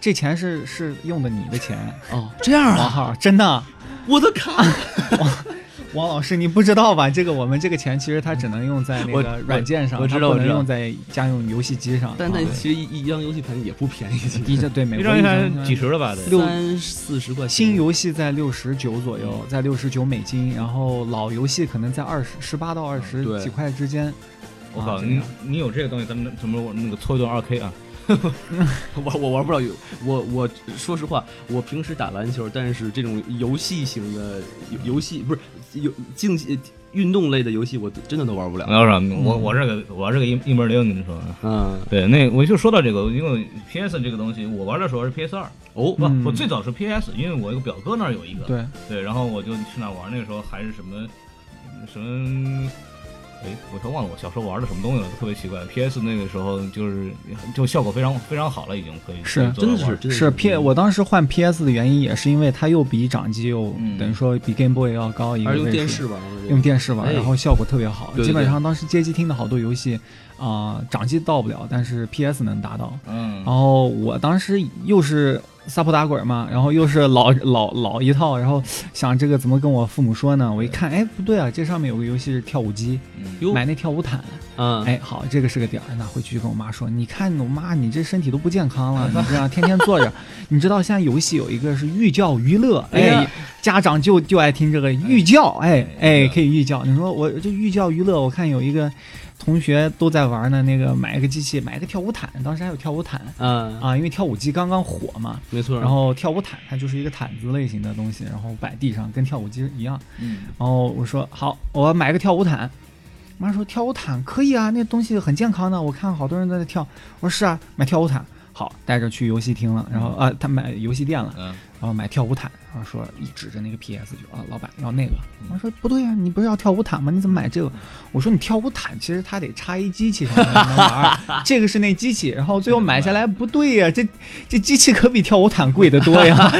这钱是是用的你的钱，
哦，这样
王
啊，
浩，真的。
我的卡，
王老师，你不知道吧？这个我们这个钱其实它只能用在那
我
个软件上，
我我知道
它
我
不
知
能
道
用在家用游戏机上。
但
啊
但其实一一张游戏盘也不便宜，其实
一张对每
一
国
张
一
一
张
看几十了吧？得
六
三四十块钱
啊新游戏在六十九左右，在六十九美金，然后老游戏可能在二十十八到二十
啊对嗯
几块之间。
我
啊
靠，
这
你
样
你有这个东西，咱们什么那个搓一顿二 K 啊？
玩我玩不了游，我我说实话，我平时打篮球，但是这种游戏型的游游戏不是游竞技运动类的游戏，我真的都玩不了。
老师，我我这个我这个一一门儿灵，跟你说啊。
嗯，
对，那我就说到这个，因为 PS 这个东西，我玩的时候是 PS 二，
哦
不，
嗯
我最早是 PS，因为我有个表哥那儿有一个，
对，
对然后我就去那儿玩，那个时候还是什么什么，哎，我都忘了我小时候玩的什么东西了，特别奇怪。PS 那个时候就是就效果非常非常好了，已经可以
是
可以做到
真的是
玩
真的
是 P，我当时换 PS 的原因也是因为它又比掌机又
嗯
等于说比 Game Boy 要高一个
还是用
位数
电视玩的。
用电视玩，
哎
然后效果特别好。
对对
基本上当时街机厅的好多游戏，啊、掌机到不了，但是 PS 能达到。
嗯
然，后我当时又是撒泼打滚嘛，然后又是老 (laughs) 老老一套，然后想这个怎么跟我父母说呢？我一看，哎，不对啊，这上面有个游戏是跳舞机，
嗯
哟
买那跳舞毯。
啊，
哎，好，这个是个点儿，那回去就跟我妈说，你看我妈，你这身体都不健康了，你这样天天坐着，你知道现在游戏有一个是寓教于乐，
哎呀
哎，家长就就爱听这个寓教，哎
哎
哎
是，
可以寓教。你说我这寓教于乐，我看有一个。同学都在玩呢，那个买一个机器，买一个跳舞毯，当时还有跳舞毯
嗯，
啊，因为跳舞机刚刚火嘛。
没错。
然后跳舞毯它就是一个毯子类型的东西，然后摆地上跟跳舞机一样。
嗯，
然后我说好，我买个跳舞毯。妈说跳舞毯可以啊，那东西很健康的，我看好多人都在跳。我说是啊，买跳舞毯。好，带着去游戏厅了，然后啊，他买游戏店了，
嗯
然后买跳舞毯，然后说一指着那个 PS 就啊，老板要那个。我说不对呀、啊你不是要跳舞毯吗？你怎么买这个？我说你跳舞毯其实它得插一机器上才能玩儿，这个是那机器，然后最后买下来不对呀、这这机器可比跳舞毯贵得多呀！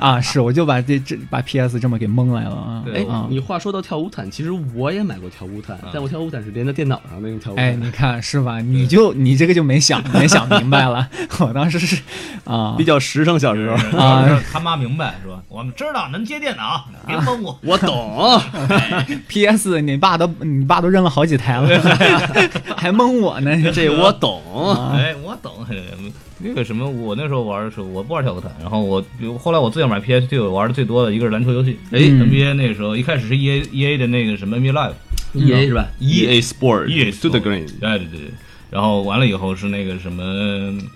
啊，是，我就把这这把 PS 这么给蒙来了啊！
对
哎
啊，
你话说到跳舞毯，其实我也买过跳舞毯
嗯，
但我跳舞毯是连在电脑上那种跳舞
哎，
毯，
你看是吧？你就你这个就没想没想明白了，我当时是啊
比较时尚。小时候，
啊，他妈明白是吧？我们知道能接电脑，别蒙我。
(laughs) 我懂。
，PS 你爸都你爸都扔了好几台了，还蒙我呢，
这我懂。
哎，我懂。那个什么，我那时候玩的时候，我不玩跳舞毯，然后我比如后来我最想买 PS 队，我玩的最多的一个是篮球游戏。哎、
嗯
n b a 那时候一开始是 EA EA 的那个什么 NBA Live，
E A 是吧 Sport
EA
to the green。
哎对对对。然后完了以后是那个什么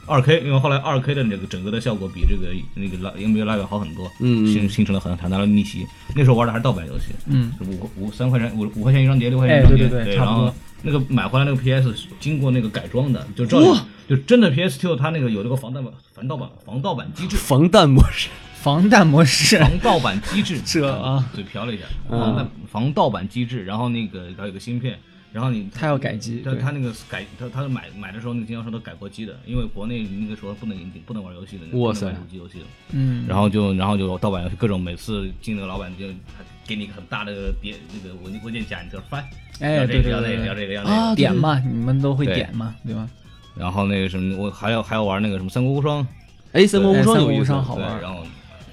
二 K，因为后来二 K 的那个整个的效果比这个那个 Live- NBA Live 好很多，
嗯
形形成了很很大的逆袭。那时候玩的还是盗版游戏，
嗯，
是五五三块钱五五块钱一张碟，六块钱
哎
一张碟，
对对对差
然
不多
后那个买回来那个 PS 是经过那个改装的，就照样就真的 PS Two 它那个有这个防盗版防盗版防盗版机制，
防弹模式，
防弹模式，
防盗版机制，
(laughs)
嗯
这啊，
嘴瓢了一下，
嗯
防弹防盗版机制，然后那个它有个芯片，然后你
他要改机，
他嗯
对
他那个改他他买买的时候那个经销商都改过机的，因为国内那个时候不能引进不能玩游戏的，
哇
不
塞
能玩主机游戏的，
嗯，
然后就然后就盗版游戏各种，每次进那个老板就他给你一个很大的碟那个文文件夹，你就翻，
哎，
要
对
这
对
个要
对
那个要
对
这个要
啊
那个，
点嘛，你们都会
对
点嘛，对吧？
然后那个什么，我还要还要玩那个什么三国无双，
哎，三国无双有
哎三国
意
无
思
双。好
对，
玩
然后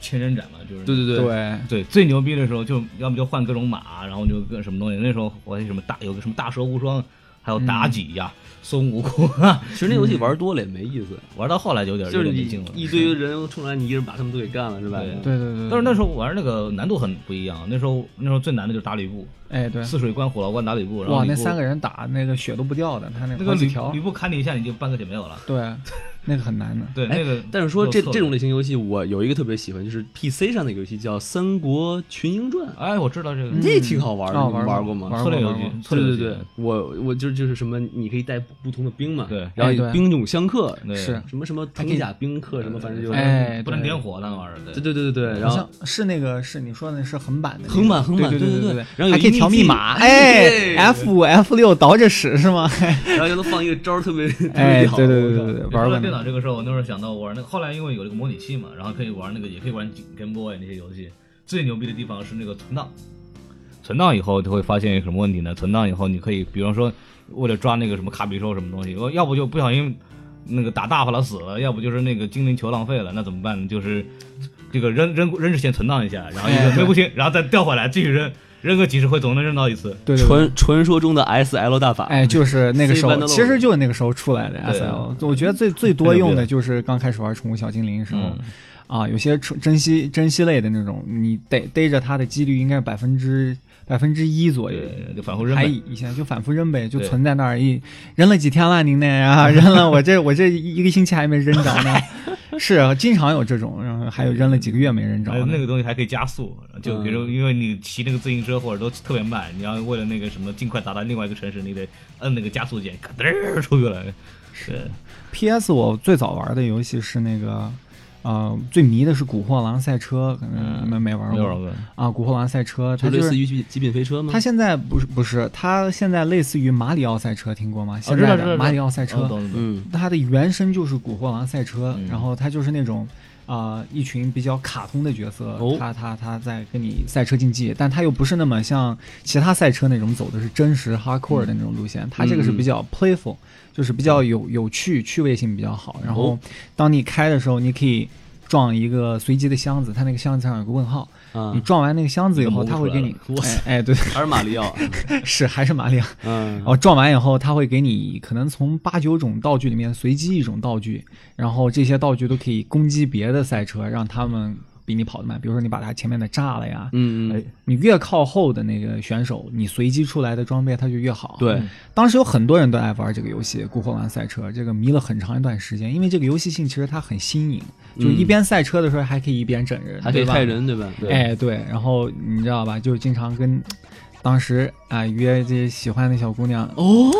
千人斩嘛，就是
对对对，
对，
对，最牛逼的时候就要么就换各种马，然后就各什么东西。那时候我还有什么大有个什么大蛇无双，还有妲己呀、
嗯
孙悟空啊，
其实那游戏玩多了也没意思，
玩到后来就有点
就
嗯
是
有点
你
没劲了。
一堆人冲来，你一人把他们都给干了，是吧？
对
对对
(laughs)
对，
但是那时候玩那个难度很不一样，那时候那时候最难的就是打吕布，
哎对，
泗水关、虎牢关打吕布，然后
哇，
吕
那
布
三个人打那个血都不掉的，他那
那
好
个
几
吕
条
吕，布砍你一下，你就半个血没有了。
对，那个很难的，
对，
哎
那个
但是说这
又错了
这种类型游戏，我有一个特别喜欢，就是 PC 上的一个游戏叫《三国群英传》，
哎，我知道这个
嗯
这挺好玩的，
啊
你们
玩
玩过吗？
玩
策略游
玩过
戏，策
对
略游
对
戏
对，我我就就是什么，你可以带不同的兵嘛，
对
然后有
哎对
兵种相克，
对
是
什么什么藤甲兵克什么，反正就是，
哎，
不能
对
点火那玩意儿。
对，对对对对，然后
好像是那个是你说的是横版的那个，
横版横版
对
对对
对对
对然后有
对还可
一
以调密
密
码，
技对
哎，F 五 F 六倒着使
(laughs)
是吗？
然后就能放一个招儿特别，特
哎，
别好
对对对对
我靠
对，玩
玩到
过那
电
个
脑这个事儿，我那时候想到我玩那个，后来因为有这个模拟器嘛，然后可以玩那个，也可以玩 Game Boy 那些游戏。最牛逼的地方是那个存档，存档以后就会发现有什么问题呢？存档以后你可以，比方说为了抓那个什么卡比兽什么东西，我要不就不小心那个打大发了死了，要不就是那个精灵球浪费了，那怎么办呢？就是这个扔扔扔之前存档一下，然后一个
哎
没不行，然后再调回来继续扔，扔个几十回总能扔到一次。
对对对。
传传说中的 S L 大法，
哎，就是那
(laughs)
个时
C 班的
候，
路
其实就是那个时候出来的
对
S L。我觉得最最多用的就是刚开始玩宠物小精灵的时候
嗯，
啊，有些宠珍稀珍稀类的那种，你逮逮着它的几率应该是百分之百分之一左右。
对，就反复扔
还
呗。
以前就反复扔呗，就
对
存在那儿一扔了几天了，您那啊，扔了我这我这一个星期还没扔着
(laughs)
呢，是啊经常有这种，然后还有扔了几个月没扔着
还有
呢
哎那个东西还可以加速，就比如因为你骑那个自行车或者都特别慢，你要为了那个什么尽快达到另外一个城市，你得摁那个加速键，咔嘚儿出去了。是，
PS 我最早玩的游戏是那个，呃，最迷的是《古惑狼赛车》，可能你们没玩
嗯没
过、
有过。
啊，《古惑狼赛车》它
就类
就
似
是。
于极极品飞车吗
它？现在不是不是，它现在类似于马里奥赛车，听过吗？现
哦知道
在
知道
的
知道
马里奥赛车，
哦懂懂
嗯，
它的原声就是《古惑狼赛车》
嗯
然后它就是那种，啊、一群比较卡通的角色，
哦
他他他在跟你赛车竞技，但他又不是那么像其他赛车那种走的是真实 hardcore 的那种路
嗯
线，他这个是比较 playful，、就是比较有有趣，趣味性比较好。然后
哦
当你开的时候，你可以撞一个随机的箱子，它那个箱子上有个问号，
啊
你，撞完那个箱子
一
以
个
后，
蘑菇
他会
出来
给你
了哇，塞
哎哎对， (laughs)
还是马里奥，
是还是马里奥。
(laughs) 嗯
然，后哦撞完以后，他会给你可能从八九种道具里面随机一种道具，然后这些道具都可以攻击别的赛车，让他们比你跑得慢，比如说你把他前面的炸了呀，
嗯
呃
嗯，
你越靠后的那个选手，你随机出来的装备它就越好。嗯
对，
当时有很多人都爱玩这个游戏《孤魂玩赛车》，这个迷了很长一段时间，因为这个游戏性其实它很新颖，就是一边赛车的时候还可以一边整人，
嗯还可以
对吧
派人对吧？对
哎，对，然后你知道吧，就经常跟当时啊、约这些喜欢的小姑娘
哦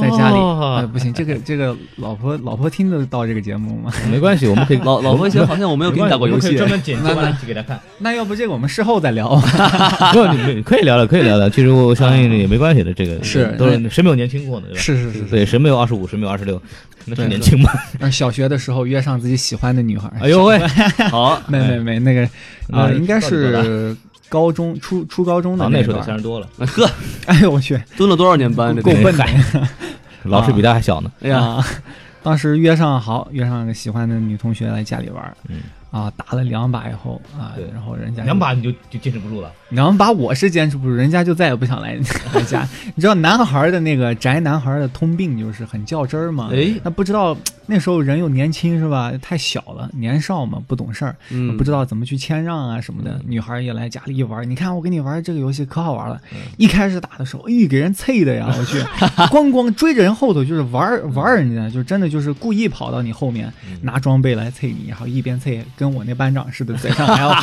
在家里，哎
(laughs)
不行，这个这个老婆老婆听得到这个节目吗？ (laughs)
没关系，我们可以
老老婆先好像我没有
没
给你打过游戏，
嗯专门剪辑完给他 (laughs) 看。
那要不这个我们事后再聊吧。
不，你们可以聊聊，可以聊聊。其实我相信也没关系的，这个
是
都是谁没有年轻过呢？对吧？
是 (laughs) 是是是，
对，谁没有二十五，谁没有二十六，那是
对
年轻吗？
而小学的时候约上自己喜欢的女孩，
哎呦喂，好，
(laughs) 没没没，那个
那
啊，
是
应该
到底多大
是高中初初高中的
好，那时候
段
得
(laughs)
三
儿。
十多了，
呵，
哎呦我去，
蹲了多少年班？这
够
得
笨的。
老师比他还小呢。
哎呀，
啊， (laughs) 当时约上好约上个喜欢的女同学来家里玩儿，
嗯
啊，打了两把以后啊
对，
然后人家就
两把你就就坚持不住了，
两把我是坚持不住，人家就再也不想来来家。你知道男孩儿的那个宅男孩儿的通病就是很较真儿嘛。
哎，
那不知道那时候人又年轻是吧？太小了，年少嘛，不懂事儿，
嗯，
不知道怎么去谦让啊什么
嗯
的。女孩儿也来家里一玩儿，你看我跟你玩儿这个游戏可好玩了。
嗯
一开始打的时候，哎，给人啐的呀，我
(laughs)
去，咣咣追着人后头，就是玩儿玩儿人家，就真的就是故意跑到你后面
嗯
拿装备来啐你，然后一边啐，跟我那班长似的，嘴上还
(laughs)
要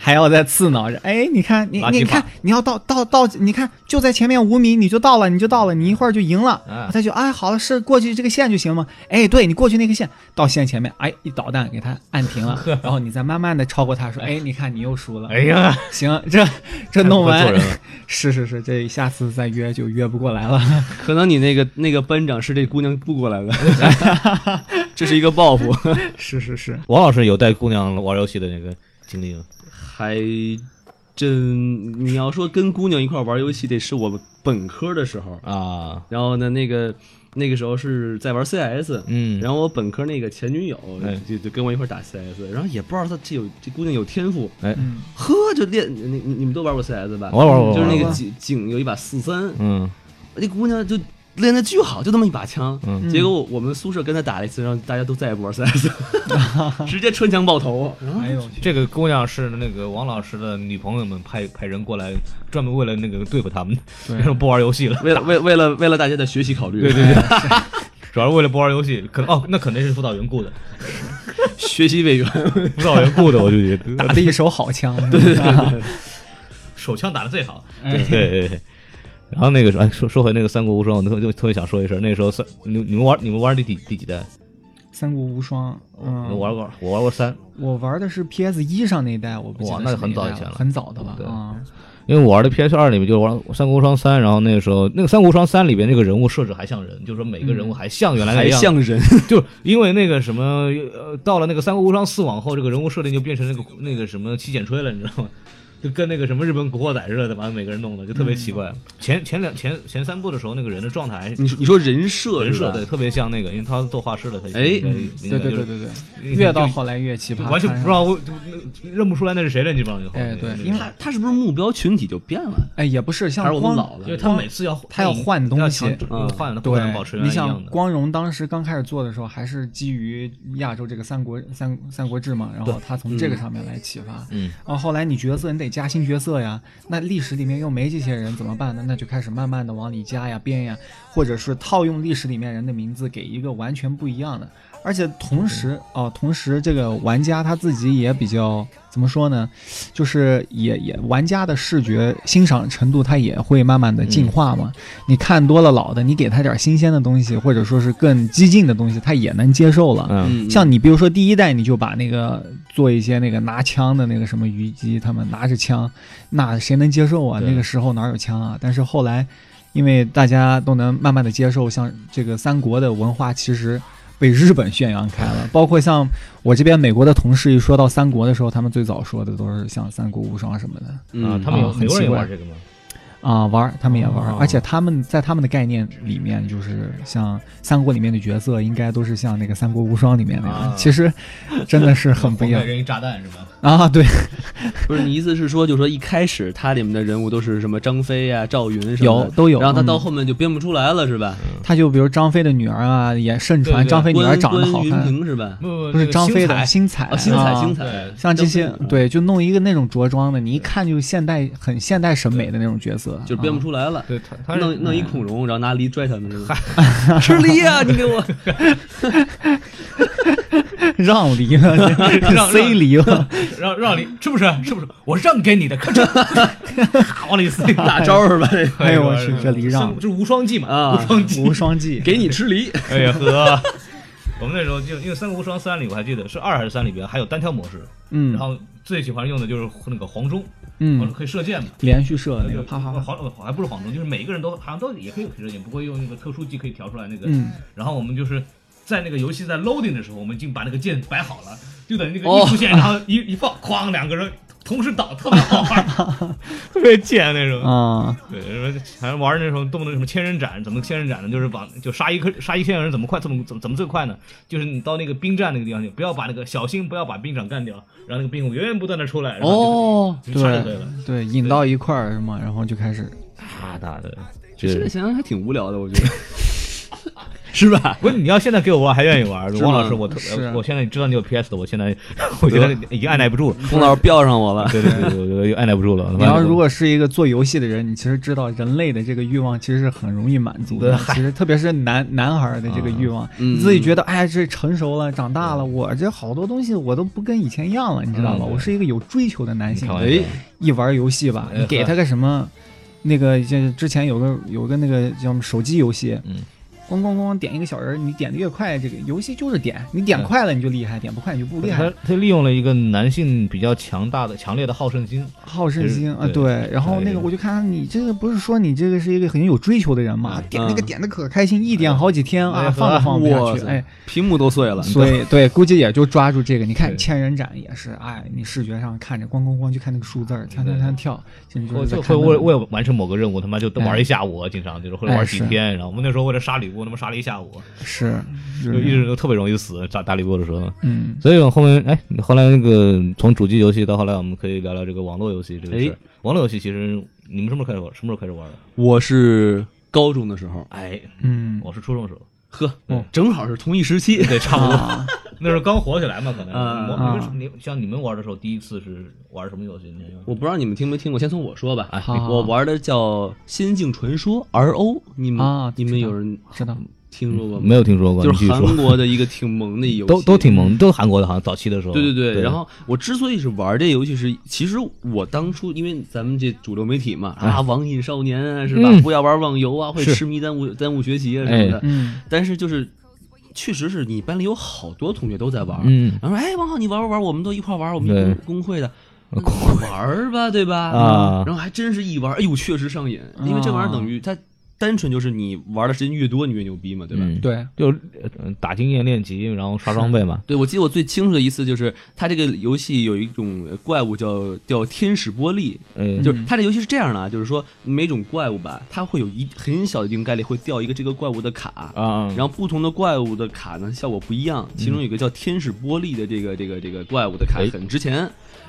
还要再刺挠着。哎，你看你
垃圾
你
话
看你要到到到，你看就在前面五米你就到了，你就到了，你一会儿就赢了。
啊
他就哎好了，是过去这个线就行吗？哎，对你过去那个线到线前面，哎一导弹给他按停
(laughs)
了，然后你再慢慢的超过他说，哎你看你又输了。
哎呀，
行，这这
太不
弄
会
完
做人了
(laughs) 是是是，这下次再约就约不过来了。
可能你那个那个班长是这姑娘雇过
(laughs)
来的，这是一个报复。
是
(laughs)
是是，
王老师有带姑娘玩游戏的那个经历吗？
还真，你要说跟姑娘一块玩游戏，得是我本科的时候。
啊，
然后呢，那个那个时候是在玩 CS，
嗯，
然后我本科那个前女友
哎
就就跟我一块打 CS，然后也不知道她这有这姑娘有天赋，
哎，
嗯，
呵，就练你你你们都玩过 CS 吧？
玩玩玩，
就是那个
玩，
井井有一把四三，
嗯
那姑娘就练的巨好，就那么一把枪。
嗯
结果我我们宿舍跟她打了一次，然后大家都再也不
(laughs)
玩 CS，直接穿墙爆头。
哎呦我去，
这个姑娘是那个王老师的女朋友们派派人过来，专门为了那个对付他们，为什么不玩游戏了？
为了为为了为了大家的学习考虑，
对对对，主要是为了不玩游戏，可能哦，那肯定是辅导员雇的，
学习委员，
辅导员雇的，我就觉得
打的一手好枪，啊对对对，
(laughs) 手枪打的最好，
哎
嗯对对对。然后那个时候，哎，说说回那个《三国无双》，我特就特别想说一声，那时候三你你们玩你们玩第几第几代？
(laughs) 三国无双，嗯，
我玩过，我玩过三，
我玩的是 PS 一上那一代，我不记得
哇
是
那
哪一代
很早以前了
很早的了
对
啊，
因为我玩的 PS 二里面就玩《三国无双三》，然后那个时候那个《三国无双三》里边那个人物设置还像人，就是说每个人物还像原来那
(laughs) 还
样，
像人，
就是因为那个什么呃，到了那个《三国无双四》往后，这个人物设定就变成那个那个什么七剑吹了，你知道吗？就跟那个什么日本古惑仔似的，把每个人弄的就特别奇怪。
嗯
前前两前前三部的时候，那个人的状态
你说你说人设
人
是吧
设对，特别像那个，因为他做画师的，他
哎
嗯
对对对对对，越到后来越奇葩，
完全不知道我认不出来那是谁了，你知道吗？
哎对因为
他他是不是目标群体就变了？
哎，也不是像
还是我们
光
老了
因为他每次要
他要换东西
他要强制
嗯
换了不能保持
对，
原
你
来一
想
样的。
光荣当时刚开始做的时候，还是基于亚洲这个三国三三国志嘛，然后他从这个上面来启发。
嗯，
然后后来你角色你得加新角色呀，那历史里面又没这些人怎么办呢？那就开始慢慢的往里加呀编呀，或者是套用历史里面人的名字给一个完全不一样的。而且同时哦、同时这个玩家他自己也比较怎么说呢？就是也也玩家的视觉欣赏程度，他也会慢慢的进化嘛。你看多了老的，你给他点新鲜的东西，或者说是更激进的东西，他也能接受了。
嗯，
啊
像你比如说第一代，你就把那个做一些那个拿枪的那个什么虞姬，他们拿着枪，那谁能接受啊？
对
那个时候哪有枪啊？但是后来，因为大家都能慢慢的接受，像这个三国的文化其实。被日本宣扬开
嗯
了，包括像我这边美国的同事一说到三国的时候，他们最早说的都是像《三国无双》什么的。
啊，他们
有
有
啊
很多人
很奇
也
怪
玩这个吗？
啊、玩儿，他们也玩儿，
哦
而且他们在他们的概念里面，就是像三国里面的角色，应该都是像那个《三国无双》里面那样，
啊
(laughs) 其实真的是很不一样
(laughs)
每人一炸弹是吧？
啊！对，
嗯不是你意思是说，就说一开始它里面的人物都是什么张飞啊、赵云什么
有
的，
都有，
然后他
嗯
到后面就编不出来了，是吧？
(laughs) 他就比如张飞的女儿啊，也盛
对
传
对
张飞女儿
关
长得好
关云
看，
平是吧？
不
不是张飞的
的，
星彩
啊，星彩
啊
星
嗯对
彩，
像这些
张飞嗯
对，就弄一个那种着装的，你一看就是现代很现代审美的那种角色，
就是编不
啊。
出来了。
对他他
弄
是嗯
弄一孔融，然后拿梨拽他们是吧， (laughs) 吃梨呀、你给我！
让梨
(laughs)
了，
让
塞梨了，
让让你吃不吃吃不吃，我让给你的，
(laughs)
快吃，往里塞。
打
(laughs)
招呼是吧？这
哎呦我去，这梨让
这无双计嘛，
啊
无双计
无双计，
给你吃梨，
哎呀呵，我们那时候就因为《三国无双三》里我还记得是二还是三里边还有单挑模式，
嗯
然后最喜欢用的就是那个黄忠，黄
嗯
忠，可以射箭嘛，
连续射那
就
个啪啪啪，
黄呃还不是黄忠，就是每个人都好像都也可以有可以射箭，不会用那个特殊技可以调出来那个。
嗯，
然后我们就是在那个游戏在 loading 的时候，我们已经把那个箭摆好了，就等那个
哦
一出现，然后一一放，哐，两个人同时倒，特别好玩儿，特别贱那
嗯
种。
啊，
对，说反正玩儿那时候动不动什么千人斩，怎么千人斩呢？就是把就杀一颗杀一千个人怎么快，怎么怎么怎么最快呢？就是你到那个兵站那个地方去，不要把那个小心不要把兵长干掉，然后那个兵源源不断的出来，然后
哦，
就就杀就可以了。
对，引到一块儿是吗？然后就开始，
大大的，就
现在想想还挺无聊的，我觉得，是吧？
(laughs) 不是你要现在给我玩还愿意玩，
是吗
王老师，我特
是
我现在知道你有 PS 的，我现在 (laughs) 我觉得已经按耐不住了。
龚老师标上我了，
对对对，我我按耐不住了。
你要如果是一个做游戏的人，你其实知道人类的这个欲望其实是很容易满足的
对，嗨啊
其实特别是男男孩儿的这个欲望，
嗯
你自己觉得哎这成熟了，长大了，我这好多东西我都不跟以前一样了，你知道吧？
嗯对
我是一个有追求的男性
你，看
哎，
一玩游戏吧，
哎
你给他个什么，那个就之前有个有个那个叫什么手机游戏，
嗯，
咣咣咣点一个小人儿，你点的越快，这个游戏就是点，你
嗯
点快了你就厉害，点不快你就不厉害
他。他利用了一个男性比较强大的、强烈的好胜心，
好胜心啊，
对
对，然后
对
那个我就看你这个不是说你这个是一个很有追求的人嘛，点那个
嗯
点的可开心，一点好几天
哎
啊，
呀
放都放不下
哇
去，
塞，，
哎
嗯屏幕都碎了，
所以对，估计也就抓住这个。你看
对
千人斩也是，哎，你视觉上看着咣咣咣就看那个数字儿，跳跳跳跳，这你就
我
是在
就会
看
为
那个
为了完成某个任务，他妈就玩一下午，啊经常就是会玩几天。然后我们那时候为了杀吕布，他妈杀了一下
嗯
午，啊
是，就
就是一直都特别容易死，打打吕布的时候。
嗯，
所以我后面哎，后来那个从主机游戏到后来，我们可以聊聊这个网络游戏这个事儿
哎。
网络游戏其实你们什么时候开始玩？什么时候开始玩的？
我是高中的时候，
哎，
嗯，
我是初中的时候，
呵
嗯，
正好是同一时期，
(laughs) 对，差不多。
啊，
(laughs) 那时候刚火起来嘛，可能
啊
我们
啊
是你像你们玩的时候，第一次是玩什么游戏？你
(laughs) 我不知道你们听没听过，先从我说吧。
哎
好
我玩的叫《仙境传说》RO，你们、
啊
你们有人
知
(laughs)
道，
听说过吗？
没有听说过，
就
你继续
是
说 (laughs)
韩国的一个挺萌的游戏，
都都挺萌，都是韩国的，好像早期的时候。
对对对，
对，
然后我之所以是玩这游戏是，其实我当初因为咱们这主流媒体嘛，
哎
啊，网瘾少年啊，是吧？
嗯
不要玩网游啊，会
是哎
痴迷耽误耽误学习啊什么的。
嗯
但是就是，确实是你班里有好多同学都在玩，
嗯，
然后说哎，王浩你玩玩玩，我们都一块玩，我们
对
一个工会的。那
工
玩儿吧，对吧？
啊
然后还真是一玩，哎呦，确实上瘾，因为这玩意儿等于它单纯就是你玩的时间越多，你越牛逼嘛，对吧？
嗯，
对，
就是呃打经验练级，然后刷装备
(laughs)
嘛。
对，我记得我最清楚的一次就是，它这个游戏有一种怪物叫叫天使玻璃，
嗯，
就是它这游戏是这样的啊，就是说每种怪物吧，它会有一很小的一定概率会掉一个这个怪物的卡，
啊，
然后不同的怪物的卡呢效果不一样，其中有一个叫天使玻璃的这个这个这个怪物的卡
哎
很值钱。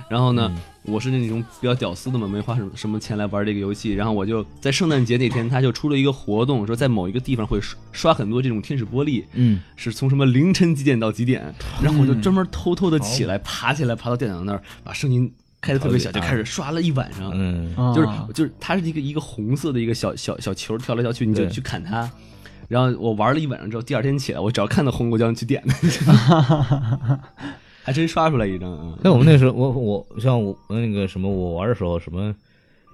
然后呢，我是那种比较屌丝的嘛，没花什么什么钱来玩这个游戏。然后我就在圣诞节那天，他就出了一个活动，说在某一个地方会刷刷很多这种天使玻璃，
嗯，
是从什么凌晨几点到几点。然后我就
嗯
专门偷偷的起来，爬起来，爬到电脑那儿，把声音开的特别小，就开始刷了一晚上。
嗯
啊
就是就是它是一个一个红色的一个小小小球跳来跳去，你就
对
去砍它。然后我玩了一晚上之后，第二天起来，我只要看到红果酱去点它，还真刷出来一张啊！
像我们那时候，我我像我那个什么，我玩的时候什么，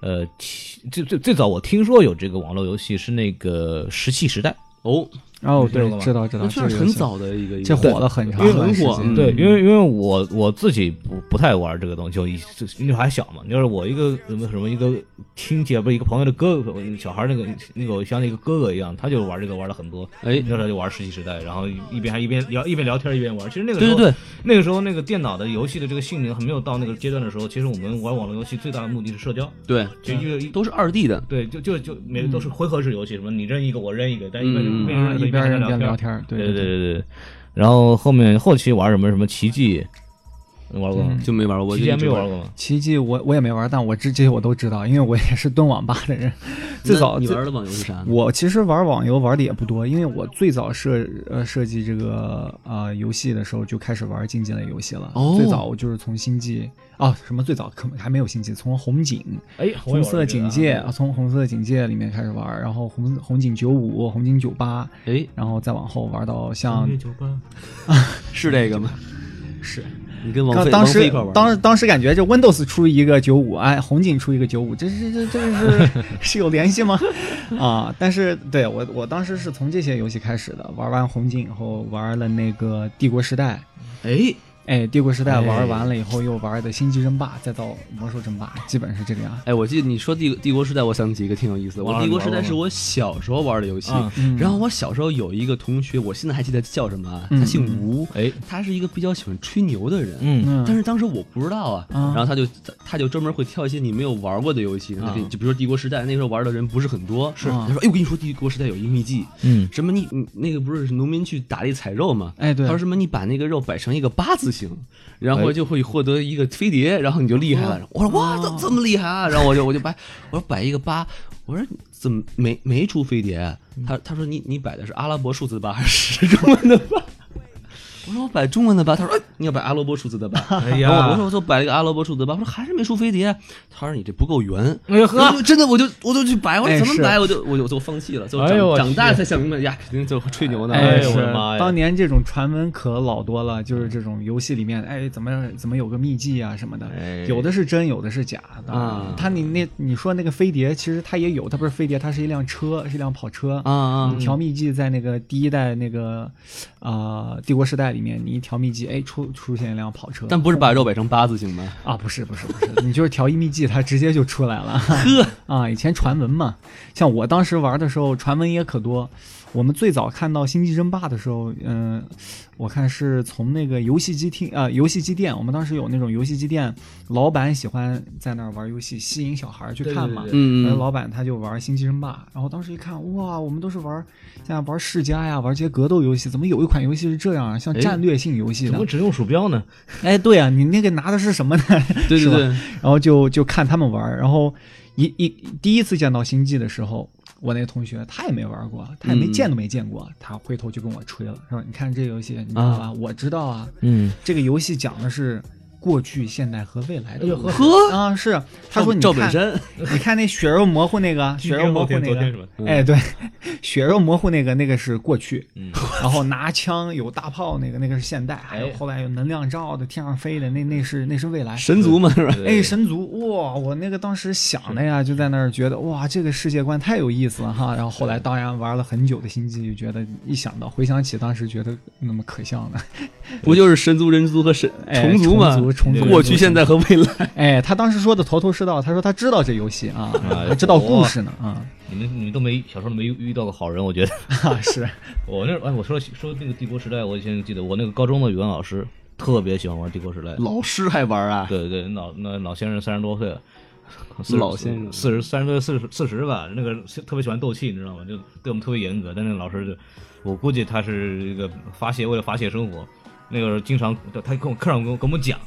呃，其最最最早我听说有这个网络游戏是那个石器时代，
哦，
哦，
这
对
个，吗
知道知道，
那
这
确
个
实
游
很
戏，
早的一个，一个
这火了很长
因为
段
很
时
火，
间
对，
嗯
因为因为我我自己不不太玩这个东西，就一就因为还小嘛。就是我一个什么什么一个亲戚啊不是一个朋友的哥哥，小孩儿那个那个我像那个哥哥一样，他就玩这个玩了很多，
哎，
那时候就玩《石器时代》，然后一边还一边聊一边聊天一边玩。其实那个时
对
候
对对，
那个时候那个电脑的游戏的这个性能还没有到那个阶段的时候，其实我们玩网络游戏最大的目的是社交，
对，
就因为。
都是二 D 的，
对，就就就每个都是回合制游戏，什么你扔一个我扔一个，但一边
嗯
一边
嗯
扔
一
边
边
还在
一边
天
聊
儿，
天儿，对
对
对，
对对。然后后面后期玩什么什么奇迹，你玩过吗？
就没玩过，我
期
就
间没有
嗯一直
玩过吗？
奇迹我我也没玩，但我知这些我都知道，因为我也是蹲网吧
(laughs)
的人。最早
那你
最
玩的网游是啥？
我其实玩网游玩的也不多，因为我最早设呃设计这个呃游戏的时候就开始玩竞技类游戏了。
哦
最早我就是从星际啊、什么最早可能还没有星际，从红警、
哎，
红色警戒，啊从红色警戒里面开始玩，然后红红警九五、红警九八，
哎，
然后再往后玩到像
酒
啊
吧是这个吗？
是
你跟王
刚
菲
当
王菲
时
一块玩的，
当时当时感觉这 Windows 出一个九五，哎，红警出一个九五，这这这这是
(laughs)
是有联系吗？啊！但是对我我当时是从这些游戏开始的，玩完红警以后玩了那个帝国时代，
哎，
哎，帝国时代
哎
玩完了以后又玩的星际争霸，再到魔兽争霸，基本是这个样。
哎，我记得你说帝帝国时代，我想起一个挺有意思的。
玩
我
了
帝国时
玩
代
了
是我小时候玩的游戏
啊，
然后我小时候有一个同学，我现在还记得叫什么啊，
嗯
他姓吴，
哎，
他是一个比较喜欢吹牛的人。
嗯，
嗯，
但是当时我不知道啊，
啊
然后他就他他就专门会挑一些你没有玩过的游戏，他给
啊
就比如说《帝国时代》，那时候玩的人不是很多，是
啊
他说：“哎，我跟你说，《帝国时代》有一秘技，
嗯，
什么你你那个不是农民去打猎采肉吗？
哎对
他说什么你把那个肉摆成一个八字形，然
哎
后就会获得一个飞碟，然后你就厉害
哦
了。我说哇，怎么这么厉害啊？然后我就我就摆，我说摆一个八，我说怎么没没出飞碟？啊他他说你你摆的是阿拉伯数字八还是中文的八？我说我摆中文的八，他说、哎、你要摆阿拉伯数字的八。
(laughs) 哎
然后我
呀
说，我就摆了一个阿拉伯数字八，我说还是没出飞碟。啊他说你这不够圆。
哎呀
我
呵，
就真的，我就我就去摆，我
哎
说怎么
是
摆，我就我就我就放弃了，就
哎呦
长
我
长大
去
才想明白呀，肯定就吹牛呢。
哎呦
是
我的妈呀嗯
当年这种传闻可老多了，就是这种游戏里面，哎，怎么怎么有个秘技啊什么的，
哎
有的是真，有的是假的。
啊
他你那你说那个飞碟，其实它也有，它不是飞碟，它是一辆车，是一辆跑车
啊。啊
嗯
你！调秘技在那个第一代那个，呃，帝国时代里面，你一调秘技，哎，出出现一辆跑车，
但不是把肉摆成八字形吗？
啊，不是不是不是，你就是调一秘技，它直接就出来了。啊，以前传闻嘛，像我当时玩的时候，传闻也可多。我们最早看到《星际争霸》的时候，嗯、我看是从那个游戏机厅啊、游戏机店，我们当时有那种游戏机店，老板喜欢在那儿玩游戏，吸引小孩儿去
对
看
对
嘛。
对
嗯
然后
嗯，
老板他就玩《星际争霸》，然后当时一看，哇，我们都是玩现在玩世家呀，玩这些格斗游戏，怎么有一款游戏是这样啊？像
哎
战略性游戏
怎
的
么？只用鼠标呢？
哎，对啊，你那个拿的是什么呢？
对
是
对
吧
对，
然后就就看他们玩儿，然后一一第一次见到星际的时候，我那同学他也没玩过，他也没
嗯
见都没见过，他回头就跟我吹了，说：“你看这游戏，你知道吧？我知道啊，
嗯，
这个游戏讲的是过去、现代和未来的
哎呦
故事。
呵，
啊，是他说你
赵本
看，
山，
(laughs) 你看那血肉模糊
(laughs)
那个，血肉模糊那
昨天
个
是，吧？
嗯
哎，对， (laughs) 血肉模糊那个，那个是过去，
嗯
然后拿枪有大炮那个，那个是现代，还有
哎
后来有能量罩的天上飞的，那那是那是未来。
神族嘛是吧？
对
哎，神族哇！我那个当时想的呀，就在那儿觉得哇，这个世界观太有意思了哈。然后后来当然玩了很久的星际，就觉得一想到回想起当时觉得那么可笑呢。 (laughs)
不就是神族、人族和神
哎
虫族嘛？
虫族虫族
过去、现在和未来。
(laughs) 哎，他当时说的头头是道，他说他知道这游戏啊，还知道故事呢啊
(laughs)
(laughs)
你们你们都没小时候没遇到过好人，我觉得。 (laughs)
哈是
我那哎，我说说那个帝国时代，我以前记得我那个高中的语文老师特别喜欢玩帝国时代。
老师还玩啊？
对对，老那老先生三十多岁了，
老先生
四十三十多四十四十吧，那个特别喜欢斗气，你知道吗？就对我们特别严格。但那个老师就，我估计他是一个发泄，为了发泄生活，那个经常他跟我课上跟我跟我们讲。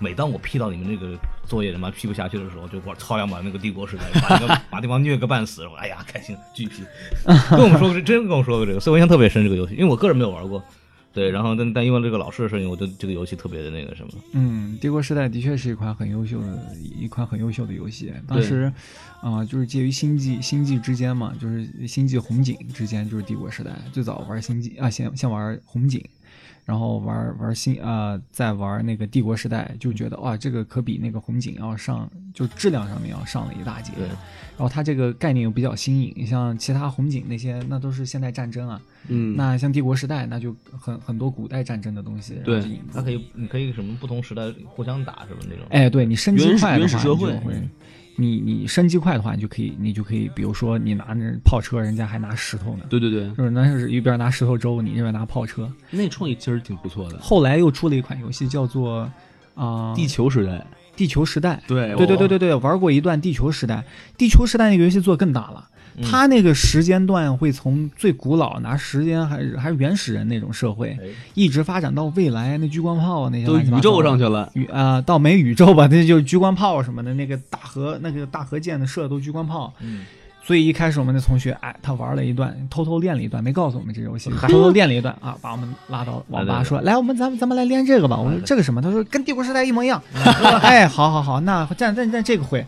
每当我批到你们那个作业他妈批不下去的时候，就我操两把那个帝国时代，把那个把对方虐个半死，我哎呀开心巨批，跟我们说过，真跟我说过这个，所以我印象特别深这个游戏，因为我个人没有玩过，对，然后但但因为这个老师的事情，我对这个游戏特别的那个什么，
嗯，《帝国时代》的确是一款很优秀的一款很优秀的游戏。当
对
时啊、就是介于星际星际之间嘛，就是星际红警之间，就是《帝国时代》最早玩星际啊，先先玩红警。然后玩玩新啊、呃，在玩那个帝国时代，就觉得哇，这个可比那个红警要上，就质量上面要上了一大截。
对
然后它这个概念又比较新颖，像其他红警那些，那都是现代战争啊，
嗯，
那像帝国时代，那就很很多古代战争的东西。然后
对
就引入
它可以，你可以什么不同时代互相打什么那种。
哎，对你升级
原始
快的
原始
话，
社
你就
会
会你你升级快的话，你就可以你就可以，比如说你拿那炮车，人家还拿石头呢，
对对对，
就是那是一边拿石头周，你一边拿炮车。
那创意其实挺不错的。
后来又出了一款游戏叫做啊、
啊地球时代，哎
地球时代。
对
对对对，对对，玩过一段地球时代，地球时代那个游戏做更大了。
嗯
它那个时间段会从最古老拿时间还是还是原始人那种社会，
哎
一直发展到未来那聚光炮那些
都
乱七八
宇宙
糟的
上去了，
宇啊、到没宇宙吧， (laughs) 那就是聚光炮什么的，那个大核那个大核舰的射的都聚光炮。
嗯，
所以一开始我们的同学，哎，他玩了一段，偷偷练了一段，没告诉我们这游戏，偷偷练了一段啊，把我们拉到网吧说，来，我们咱们咱们来练这个吧。我说这个什么？他说跟帝国时代一模一样。我说哎，好好好，那站站站这个会，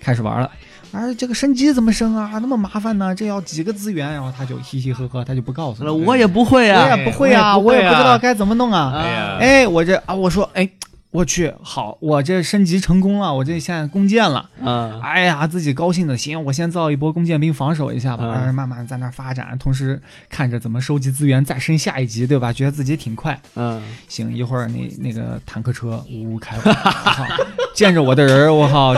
开始玩了。而这个升级怎么升啊？那么麻烦呢？这要几个资源？然后他就嘻嘻呵呵，他就不告诉
那
你。
我也不会啊，
我也不会啊，我也不知道该怎么弄啊。
哎呀，
哎，我这啊，我说，哎，我去，好，我这升级成功了，我这现在弓箭了，
啊，
哎呀，自己高兴的，行，我先造一波弓箭兵防守一下吧，
嗯
哎慢慢在那儿发展，同时看着怎么收集资源，再升下一级，对吧？觉得自己挺快，
嗯，
行，一会儿那那个坦克车呜呜开过来，我靠，见着我的人儿，我靠，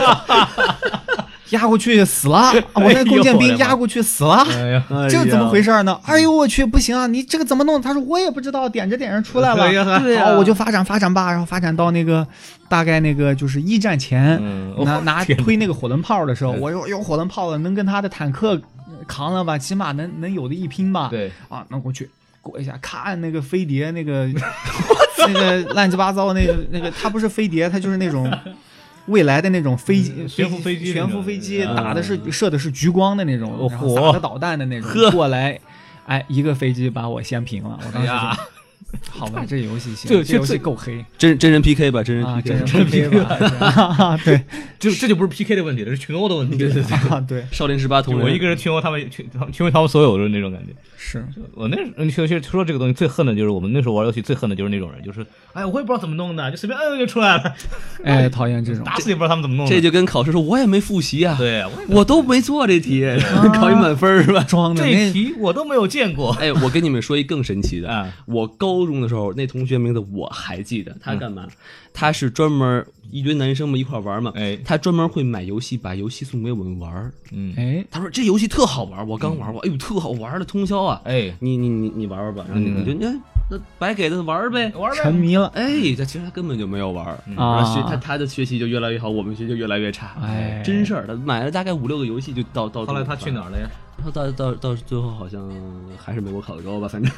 压过去死了，我那弓箭兵压过去死了。
哎呀，
这个怎么回
事？
事儿呢？哎呦我去，不行啊！你这个怎么弄？他说我也不知道，点着点着出来
(laughs) 哎
了。
对
好，
啊，
我就发展发展吧，然后发展到那个大概那个就是一战前，
嗯，
拿
哦 (laughs)
拿
天哪
推那个火轮炮的时候，
嗯
我有有火轮炮了，能跟他的坦克呃扛了吧，起码能能有的一拼吧。
对，
啊，那我去过一下，咔按那个飞碟那个 (laughs) 那个乱七八糟那个那个，它不是飞碟，它就是那种。未来的那种飞机
嗯，悬浮飞机那
悬
种
浮飞机
嗯
打的是射的是橘光的那种
哦，
然后
嚯
撒的导弹
(laughs)
的那种，过来，哎，一个飞机把我掀平了。我当
哎
时
呀
就，好吧，这游戏行，
这
这游
这
戏够黑
真真人 PK 吧，真人
啊，真
(laughs) PK，
人 PK 吧？ (laughs) 对
这这就不是 PK 的问题，这是群殴的问题。对对对，
啊，对，
少林十八铜人，
我一个人群殴他们，群群殴他们所有人那种感觉。
是
我那时候，你说其实说这个东西最恨的就是我们那时候玩游戏最恨的就是那种人，就是哎，我也不知道怎么弄的，就随便摁就出来了，
哎，讨厌这种。
打死也不知道他们怎么弄的。
这就跟考试说我也没复习啊，
对，我也
(laughs) 我都没做这题，考一满分儿是吧？
装的
这
那
一题我都没有见过。
(laughs) 哎，我跟你们说一更神奇的，
啊
我高中的时候那同学名字我还记得，他干嘛？他是专门一堆男生嘛一块玩嘛，
哎
他专门会买游戏，把游戏送给我们玩儿。
嗯，
哎，
他说这游戏特好玩儿，我刚玩过，哎呦特好玩儿的通宵啊！
哎，
你你你你玩玩吧，然后你
嗯
你就哎那白给他玩儿呗。
玩
沉
呗。
迷了
哎，这其实他根本就没有玩儿，
嗯
然后学
啊！
他他的学习就越来越好，我们学就越来越差。
哎
真事儿，他买了大概五六个游戏就到到。
后来他去哪？儿了呀？
他到到到最后好像还是没我考的高吧，反正。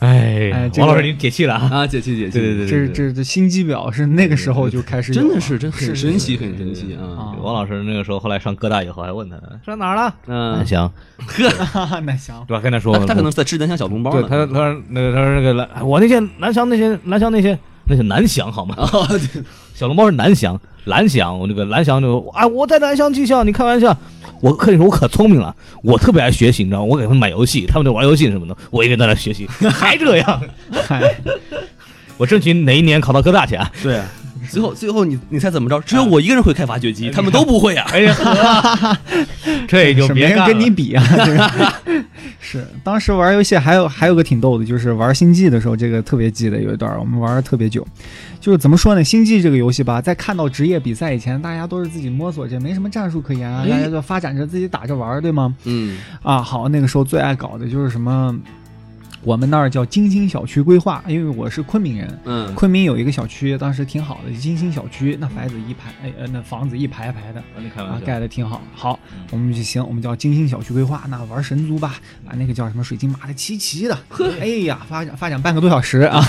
哎
这个
王老师，你解气了啊！
啊，解气解气，
对对对
这这这心机婊是那个时候就开始有了，啊
真的是真很
是
神奇，
是是
很神奇啊！
啊！
王老师那个时候后来上哥大以后还问他呢，上哪儿了？
嗯
南，翔，
哈哈， (laughs) 那行，
对吧？跟他说
他
嘛，
他可能在吃南翔小笼包
对
呢。
他他说那个他说那个蓝，我那些蓝翔那些蓝翔那些那些南翔好吗？
(laughs) 哦，对
小笼包是南翔，蓝翔，我那个蓝翔就啊，我在南翔技校，你开玩笑，我跟你说我可聪明了，我特别爱学习，你知道吗？我给他们买游戏，他们在玩游戏什么的，我也跟在那学习，还这样，
嗨，
我争取哪一年考到哥大去啊？
对啊，最后最后你你猜怎么着？只有我一个人会开挖掘机，他们
(laughs)
都不会啊。
哎呀，这就
是没
别
人
干
跟你
了。
比啊！这个 (laughs) 是当时玩游戏还有还有个挺逗的，就是玩星际的时候，这个特别记得有一段，我们玩的特别久。就是怎么说呢？星际这个游戏吧，在看到职业比赛以前，大家都是自己摸索着，没什么战术可言啊，
哎
大家就发展着自己打着玩儿，对吗？
嗯，
啊，好，那个时候最爱搞的就是什么，我们那儿叫金星小区规划，因为我是昆明人，
嗯，
昆明有一个小区，当时挺好的，金星小区，那房子一排，哎呃，那房子一排一排的。
你开
啊
玩，笑，
盖的挺好。好
嗯，
我们就行，我们叫金星小区规划，那玩神族吧，把那个叫什么水晶麻的齐
(laughs)
齐的。哎呀，发展发展半个多小时啊，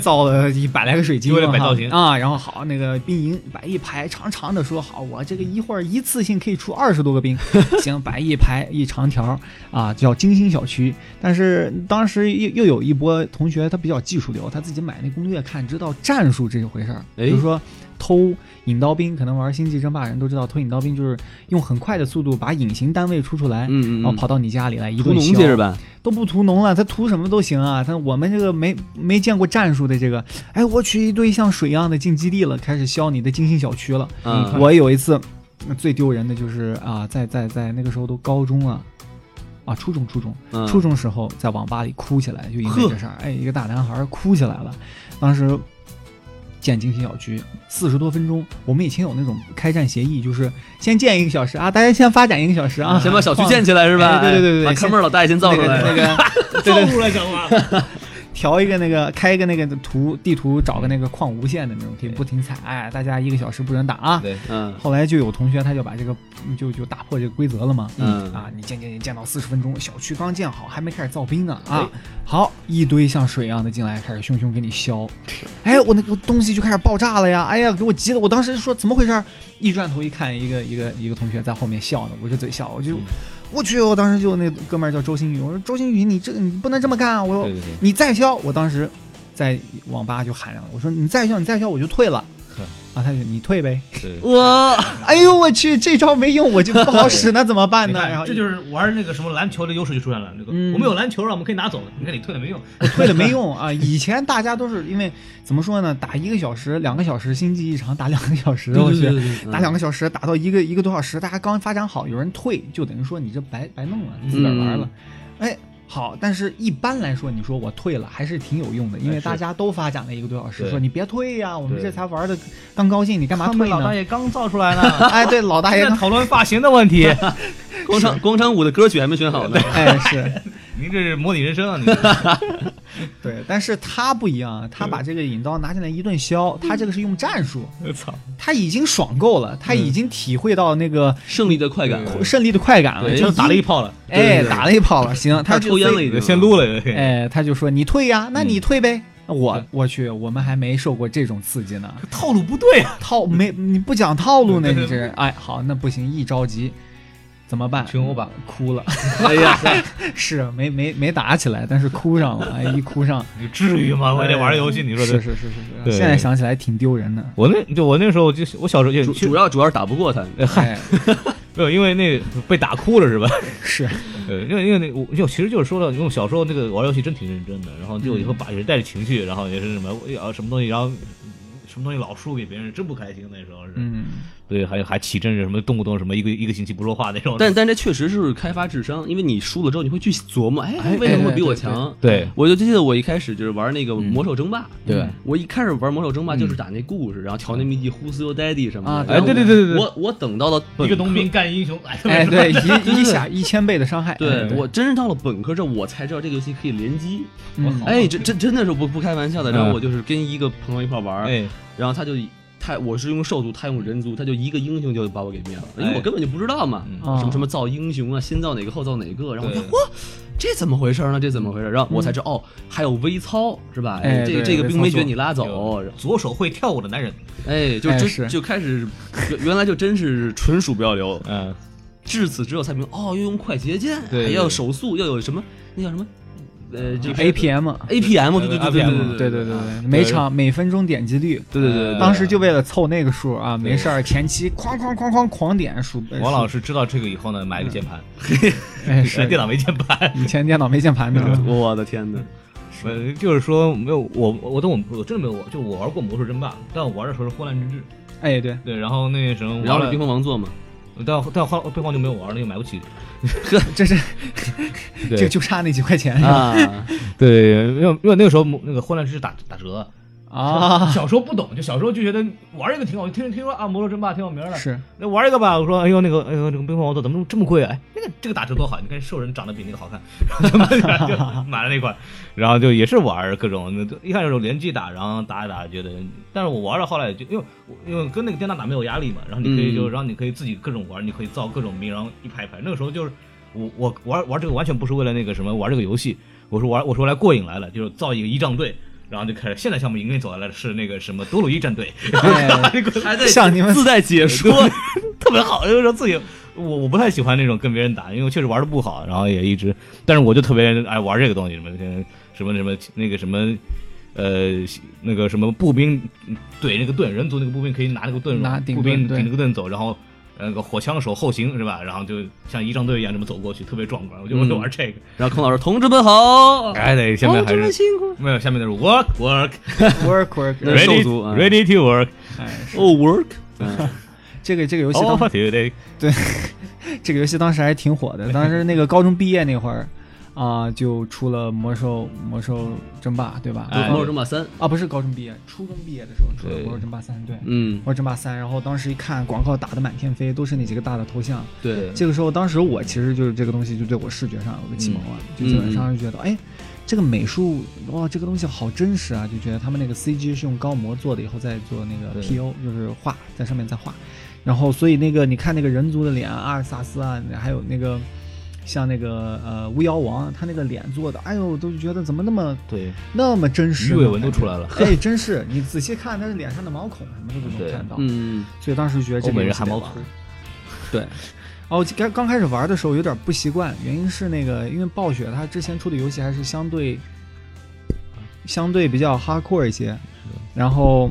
造了一百来个水晶
为了
啊
摆造型
啊。然后好，那个兵营摆一排，长长的说好，我这个一会儿一次性可以出二
(laughs)
十多个兵。行，摆一排一长条啊，叫金星小区。但是当时又又有一波同学，他比较技术流，他自己买那攻略看，知道战术这一回事儿。
哎
比如说偷引刀兵，可能玩星际争霸的人都知道，偷引刀兵就是用很快的速度把隐形单位出出来，
嗯嗯嗯
然后哎哦跑到你家里来一
屠
顿
农
削。
接着办，
都不屠农了，他屠什么都行啊。他我们这个没没见过战术的这个，哎，我去一堆像水一样的进基地了，开始削你的精心小区了。
嗯，
我有一次那最丢人的就是啊，在在在那个时候都高中了。啊，初中初中
嗯
初中时候在网吧里哭起来，就因为这事儿，哎，一个大男孩哭起来了。当时建精心小区四十多分钟，我们以前有那种开战协议，就是先建一个小时啊，大家先发展一个小时啊，
先把小区建起来是嗯吧？
哎对对对对对
把
先
看门老大爷先造出来，
那个
(laughs)
那个
造出来讲话，
(laughs) 调一个那个开一个那个图地图，找个那个矿无限的那种，可以不停踩，哎，大家一个小时不准打啊。
对，
嗯
后来就有同学他就把这个嗯就就打破这个规则了嘛，
嗯
啊，你建建建建到四十分钟，小区刚建好，还没开始造兵呢啊，好一堆像水一样的进来，开始汹汹给你削，哎，我那个东西就开始爆炸了呀，哎呀，给我急的，我当时说怎么回事儿，一转头一看，一个一个一个同学在后面笑呢，我就嘴笑，我就。我去！我当时就那哥们儿叫周星宇，我说周星宇，你这你不能这么干啊！我说
对对对
你再削，我当时在网吧就喊上了，我说你再削，你再削，我就退了
呵。
啊，他就你退呗。
对。
我
哎呦我去，这招没用，我就不好使，那怎么办
你
呢？
看
然后
这就是玩那个什么篮球的优势就出现了。那个、
嗯
我们有篮球了，我们可以拿走了。你看你退了没用，
退了没用啊！以前大家都是因为怎么说呢，打一个小时、两个小时，星际一场打两个小时，我去。
嗯
打两
个
个小时，打到一个一个多小时，大家刚发展好，有人退，就等于说你这白白弄了，
嗯
你自个儿玩了。哎，好，但是一般来说，你说我退了还是挺有用的，
哎
因为
是
大家都发展了一个多小时，
对
说你别退呀、我们
对
这才玩的刚高兴，你干嘛
他们
退
老大
呢？
爷刚造出来呢，
哎，对，老 (laughs) 大
还 (laughs)
爷
在，讨论发型的问题。
广场广场舞的歌曲还没选好呢，
哎，是
您这是模拟人生啊！你
对，但是他不一样，他把这个引刀拿进来一顿削，他这个是用战术，
我操，
他已经爽够了，他已经体会到那个
胜利的快感，
嗯对
胜利的快感了，
对
就
就打了一
一，
炮了，
对对
哎，
对
打了一炮了，行，
他
就
抽烟
非
了已经，
先撸了。嗯对
哎，他就说你退呀，那你退呗。我
嗯
我去，我们还没受过这种刺激呢，
(laughs) 套路不对啊！
套没你不讲套路呢，
对对
你这人哎，好，那不行，一着急怎么办？嗯
群殴吧，
哭了，
(laughs)
(laughs)
哎呀，
是啊没没没打起来，但是哭上了，哎，一哭上，
你至于吗？我也得玩游戏，你说
是
这。
是是是是，
对
现在想起来挺丢人的。
我那就我那时候就我小时候也
主
去
主要主要是打不过他，
哎
嗨，
没有，因为那被打哭了是吧？ (laughs)
是，
呃，因为因为那我就其实就是说到，因为我小时候那个玩游戏真挺认真的，然后就以后把也是带着情绪，然后也是什么啊什么东西，然后什么东西老输给别人，真不开心那时候是。
嗯，
对，还有还起争执，什么动不动什么一个一个星期不说话那种。
但但这确实是开发智商，因为你输了之后你会去琢磨，哎，为什么会比我强？
对嗯
我就记得我一开始就是玩那个魔兽争霸，
对
嗯我一开始玩魔兽争霸就是打那故事，然后调那秘籍 Who's Your Daddy 什么
啊
的。
对
然后
哎对对对对对
我我等到了本
一
科
个农民，干英雄，哎， (laughs)
哎， (laughs) 对，
对
一
对
一下一千倍的伤害，哎
对我真是到了本科之后，我才知道这个游戏可以联机。
嗯
哎，这这真的是不不开玩笑的。然后
哦嗯
我就是跟一个朋友一块玩，
哎，
然后他就他我是用兽族，他用人族，他就一个英雄就把我给灭了，因
哎
为我根本就不知道嘛，
嗯
什么什么造英雄啊，先造哪个后造哪个，然后
对
我就嚯，这怎么回事呢？这怎么回事？然后我才知道、哦，还有微操是吧？
哎
这个
对
这个
微
并
操
没觉得
作
你拉走，
左手会跳舞的男人，
哎，就
哎
真、
是
就开始原原来就真是纯属不要留。
嗯，
至此之后才明白哦，要用快捷键，
对对
还要有手速，要有什么那叫什么呃，就是
APM，
APM，对对对对
嗯
对对对对，每场每分钟点击率，
对对对对，
当时就为了凑那个数啊，没事儿，前期哐哐哐哐狂点数。
王老
师，
师知道这个以后呢，买个键盘，
哎
嗯 (laughs) 哎
是
电脑没键盘，
以前电脑没键盘的，
我的天哪！
呃，就是说没有我，我但我我真的没有，就我玩过魔兽争霸，但我玩的时候是混乱之至，
哎对， (laughs)
对，然后那什么，
然
玩
后
了
是冰，封王座嘛，
但但后对方就没有玩了，因为买不 (laughs) 起，
这是就就差那几块钱是吧？
啊，
对，因为因为那个时候那个混乱之至打打折，
啊，
小时候不懂，就小时候就觉得玩这个挺好，听听说啊魔兽争霸挺有名
(laughs)
的，
是
那玩一个吧，我说，哎呦，那个，哎呦，这个冰封王座怎么这么贵啊？哎，那个这个打折多好，你看兽人长得比那个好看， (laughs) 然后就买了那款，然后就也是玩各种，一开始就联机打，然后打一打觉得，但是我玩了后来就因为我因为跟那个电脑打没有压力嘛，然后你可以就、
嗯
然后你可以自己各种玩，你可以造各种名，然后一排一排。那个时候就是我我玩玩这个完全不是为了那个什么玩这个游戏，我说玩我说来过瘾来了，就是造一个仪仗队。然后就开始，现在项目迎面走下来的是那个什么多鲁伊战队， (laughs)
哎
那个
还在
像你
(laughs)
们
自带解说，
特别好，就是说自己我我不太喜欢那种跟别人打，因为我确实玩的不好，然后也一直，但是我就特别爱玩这个东西，什么什么什么那个什么，呃，那个什么步兵怼那个盾，人族那个步兵可以拿那个盾，
拿顶
步兵
盾对
顶那个盾走，然后呃那个火枪手后行是吧？然后就像仪仗队一样这么走过去，特别壮观。我就我就 (laughs)
嗯
玩这个，
然后孔老师，同志们好，
哎，对，下面
同
还
哦
志们
是
辛苦。
没有下面的是 work work
work work，
那是
ready
兽族啊
ready to work
哎，是
Oh work，
这个这个游戏当
all for today。
(laughs) 这个游戏当时还挺火的，当时那个高中毕业那会儿，啊、就出了魔兽魔兽争霸，对吧？
哎
魔兽争霸三，
啊，不是高中毕业，初中毕业的时候出了魔兽争霸三，对，
嗯，
魔兽争霸三，然后当时一看广告打的满天飞，都是那几个大的头像。
对，
这个时候，当时我其实就是这个东西就对我视觉上有个启蒙了，
嗯
就基本上就觉得，哎，这个美术哇，这个东西好真实啊，就觉得他们那个 CG 是用高模做的，以后再做那个
对
PO，就是画在上面再画，然后所以那个你看那个人族的脸啊，阿尔萨斯啊，还有那个。像那个呃巫妖王，他那个脸做的，哎呦，我都觉得怎么那么
对，
那么真实
鱼
呢，
尾纹都出来了。
哎，真是你仔细看，他的脸上的毛孔什么的都能
对
看到。
嗯，
所以当时觉得这
欧美
个
人
游戏
汗
得
毛
玩
粗
对，
哦，刚刚开始玩的时候有点不习惯，原因是那个因为暴雪它之前出的游戏还是相对相对比较 hardcore 一些，然后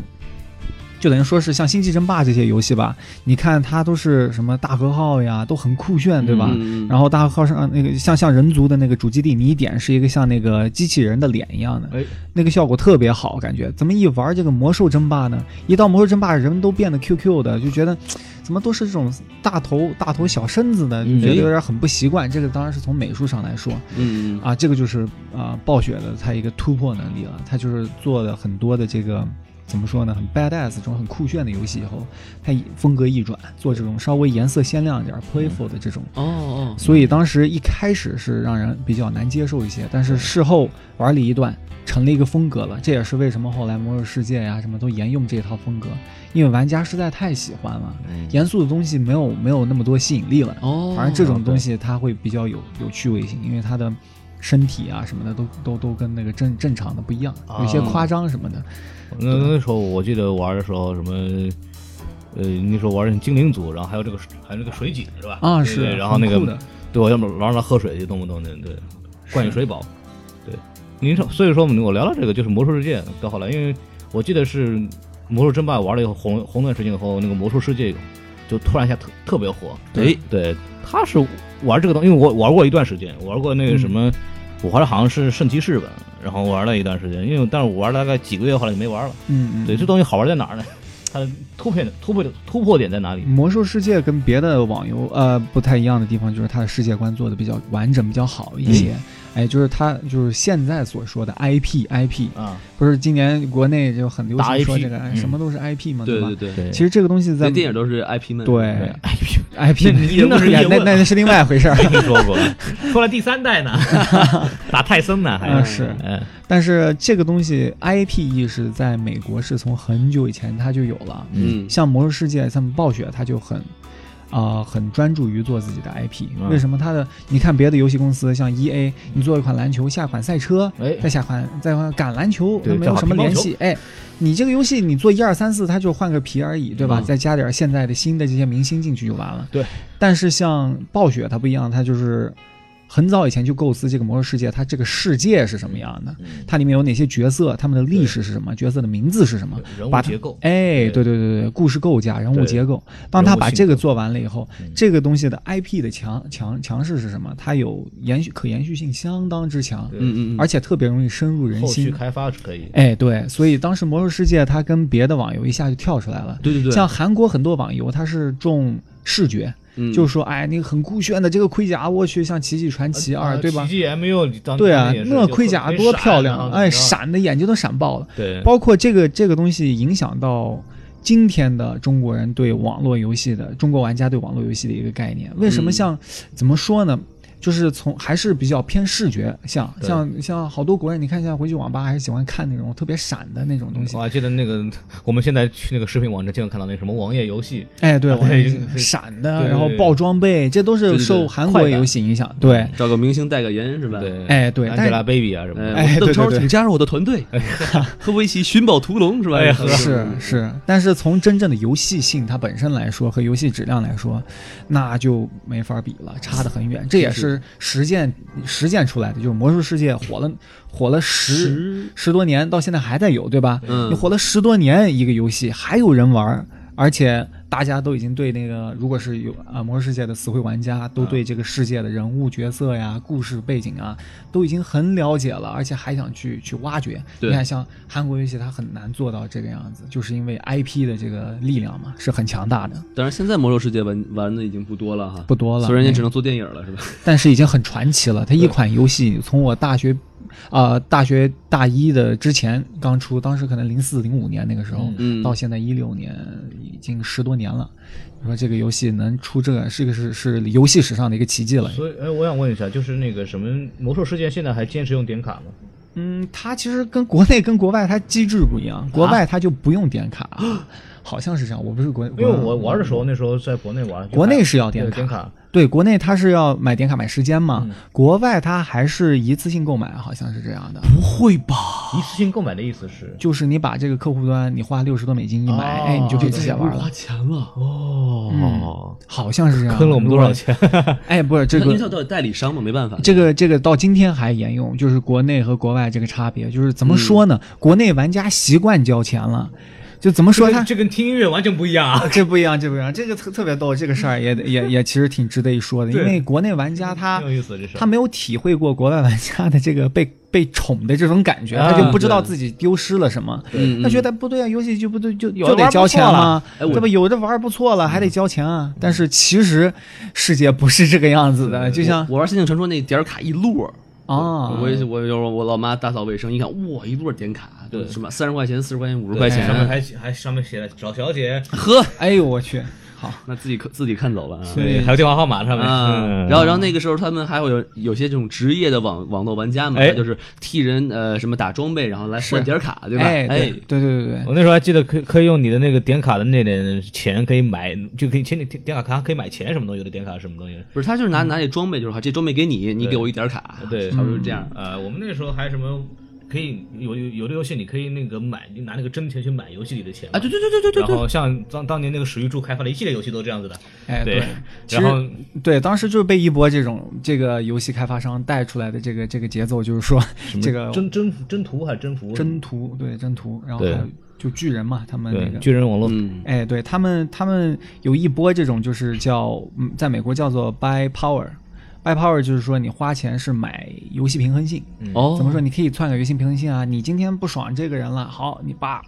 就等于说是像星际争霸这些游戏吧，你看它都是什么大和号呀，都很酷炫，对吧？
嗯
然后大和号上那个像像人族的那个主基地，你一点是一个像那个机器人的脸一样的，
哎，
那个效果特别好，感觉怎么一玩这个魔兽争霸呢？一到魔兽争霸，人都变得 QQ 的，就觉得怎么都是这种大头大头小身子的，就
嗯
觉得有点很不习惯。这个当然是从美术上来说
嗯，
啊，这个就是啊、呃暴雪的它一个突破能力了，它就是做了很多的这个。怎么说呢？很 badass 这种很酷炫的游戏以后，它一风格一转，做这种稍微颜色鲜亮一点、playful 的这种
哦哦，
所以当时一开始是让人比较难接受一些，但是事后玩了一段，成了一个风格了。这也是为什么后来《魔兽世界》呀什么都沿用这套风格，因为玩家实在太喜欢了，
嗯
严肃的东西没有没有那么多吸引力了。
哦，
反正这种东西它会比较有有趣味性，因为它的身体啊什么的都都都跟那个正正常的不一样，
啊
有些夸张什么的。
那那时候我记得玩的时候什么。呃，那时候玩的精灵族，然后还有这个，还有那个水井是吧？
啊
对
是
对然后
很
那个
酷的，
对我要么玩玩喝水就动不动的，对，灌你水饱，对。您说，所以说我们我聊聊这个就是魔兽世界到后来，因为我记得是魔兽争霸玩了以后红红段时间以后，那个魔兽世界就突然一下特特别火，
哎，
对，他是玩这个东因为我玩过一段时间，我玩过那个什么，我玩的好像是圣骑士吧，然后玩了一段时间，因为但是我玩了大概几个月，后来就没玩了。
嗯嗯，
对，这东西好玩在哪
(laughs)
儿呢？它的突破点突破突破点在哪里？
魔兽世界跟别的网游呃不太一样的地方，就是它的世界观做的比较完整，比较好一些。
嗯
哎，就是它就是现在所说的 IP IP，
啊，
不是今年国内就很流
打
行
IP
说这个、哎
嗯
什么都是 IP 嘛，
对
吧？
对对，
对，
其实这个东西在
那电影都是 IP 们，
对
哎呦，(laughs)
IP，
那你那是
那哎
叶问
那
啊
那是另外一回
(laughs)
事儿。嗯
没听 (laughs) 说过，出了第三代呢，打泰森呢还
嗯，
是，
是，
嗯
但是这个东西 IP 意识在美国是从很久以前它就有了，
嗯，
像《魔兽世界》、像暴雪，它就很。啊、很专注于做自己的 IP，、
嗯
为什么它的？你看别的游戏公司，像 E A，你做一款篮球，下款赛车，
哎
再下款再换橄榄球，
对
那没有
正好
什么
乒乓
联系。哎，你这个游戏你做一二三四，它就换个皮而已，对吧？
嗯
再加点现在的新的这些明星进去就完了。
对。
但是像暴雪，它不一样，它就是很早以前就构思这个魔兽世界，它这个世界是什么
嗯
样的，它里面有哪些角色，他们的历史是什么，角色的名字是什么，
人物
把它
结构，
哎，对
对
对对对，故事构架、人物
对
结构，当
人
他
物
把
性
这个做完了以后
嗯，
这个东西的 IP 的强强强势是什么？它有延续可延续性相当之强，
对
嗯嗯嗯，
而且特别容易深入人
后续
心。
开发是可以，
哎，对，所以当时《魔兽世界》它跟别的网游一下就跳出来了。
对对对，
像韩国很多网游，它是重视觉，
嗯
就是说，哎，那个很酷炫的这个盔甲，我去，像《奇迹传奇
呃
二》，对吧？
奇迹 MU 当
对啊
当年也，是
那
就
盔甲
特别
多
闪
漂
然
亮
后
啊！
怎么
哎，
着
闪的眼睛都闪爆了。
对，
包括这个这个东西影响到今天的中国人对网络游戏的中国玩家对网络游戏的一个概念。为什么
嗯
像、怎么说呢？就是从还是比较偏视觉像，像像好多国人，你看现在回去网吧还是喜欢看那种特别闪的那种东西
我。还记得那个，我们现在去那个视频网站经常看到那什么网页游戏，
哎，对，
哎
网页
对
闪
对
的，
对
然后
对
爆装备，这都
对
是
对对
受韩国游戏影响。对，
找个明星代个言是吧？
对，
哎对但是
Angelababy 啊什么的，
哎
哎，我邓
对对哎
超，
对
请加入我的团队，和我一起寻宝屠龙是吧
哎？
是是，但是从真正的游戏性它本身来说和游戏质量来说，那就没法比了，差得很远。这也是实践实践出来的，就是《魔兽世界》火了火了十
十
十多年，到现在还在有，对吧？
嗯
你火了十多年一个游戏，还有人玩儿，而且大家都已经对那个，如果是有啊、魔兽世界的死灰玩家，
嗯
都对这个世界的人物角色呀、故事背景啊，都已经很了解了，而且还想去去挖掘。
对
你看，像韩国游戏，它很难做到这个样子，就是因为 IP 的这个力量嘛，是很强大的，
当然，现在魔兽世界玩玩的已经不多了哈，
不多了。
所以人家
嗯
只能做电影了是吧？
但是已经很传奇了。它一款游戏从我大学，呃，大学大一的之前刚出，当时可能零四零五年那个时候，
嗯
到现在一六年已经十多年了。你说这个游戏能出这个，这个是是游戏史上的一个奇迹了。
所以，哎，我想问一下，就是那个什么魔兽世界现在还坚持用点卡吗？
嗯，它其实跟国内跟国外它机制不一
啊
样，国外它就不用点
(gasps)
卡，好像是这样。我不是国，
因为我玩的时候，那时候在国内玩，
国内是要点
对
卡
点卡，
对，国内它是要买点卡买时间嘛，
嗯
国外它还是一次性购买，好像是这样的。
不会吧？
一次性购买的意思是，
就是你把这个客户端，你花六十多美金一买，
哦
哎，你就可以
这
自己玩
花
了，
钱了哦
嗯。好像是这样。
坑了我们多少？钱？
(laughs) 哎，不是这
那因为它
个，
到代理商嘛，没办法。
这个这个到今天还沿用，就是国内和国外这个差别，就是
嗯
怎么说呢？国内玩家习惯交钱了，就怎么说他。
这跟听音乐完全不一样啊！
这不一样，这不一样，这个特特别逗，这个事儿也也也其实挺值得一说的，因
对嗯
为国内玩家他
挺有意思这事儿。
他没有体会过国外玩家的这个被被宠的这种感觉，
啊
他就不知道
对
自己丢失了什么。
嗯，嗯
他觉得不对啊，游戏就不对，就
的
就
玩
得
不
交
错
钱
了
吗？
哎我
对吧？有的玩儿不错了，还得交钱啊。但是其实世界不是这个样子的，就像
我玩《仙境传说》那点儿卡一摞儿，
啊
我，也我有时候我老妈打扫卫生一看，哇，一摞点卡，
对
什么三十块钱、四十块钱、五十
对
块
上面
钱，
还写还上面写了找小姐，
呵，
哎呦我去，好，
那自己可自己看走吧啊。
对
还有电话号码上面。
啊，
嗯
然后，然后那个时候他们还会有有些这种职业的网网络玩家嘛，
哎
他就是替人呃什么打装备，然后来换
是
点儿卡，对吧？
哎对
哎，
对对对对，
(laughs) 我那时候还记得可以可以用你的那个点卡的那点钱可以买，就可以签你点点卡卡可以买钱什么东西，有的点卡什么东
啊
西。
不是，他就是拿拿这装备，就是说这装备给你，你给我一点儿卡，
对
差不多是这样。
呃，我们那时候还什么可以有有有的游戏你可以那个买，你拿那个真钱去买游戏里的钱嘛
啊，对对对对对对
然
对，
后像当当年那个史玉柱开发的一系列游戏都是这样子的，
哎
对。
其
然
实
后
对，当时就是被一波这种这个游戏开发商带出来的这个这个节奏，就是说这个
征征服征途还是征服
征途，对征途，然后
对
还有就巨人嘛，他们那
对
个
巨人网络
嗯，
哎，对他们，他们有一波这种，就是叫，嗯，在美国叫做 buy power。buy power 就是说你花钱是买游戏平衡性，
哦，
怎么说？你可以篡改游戏平衡性啊。你今天不爽这个人了，好，你把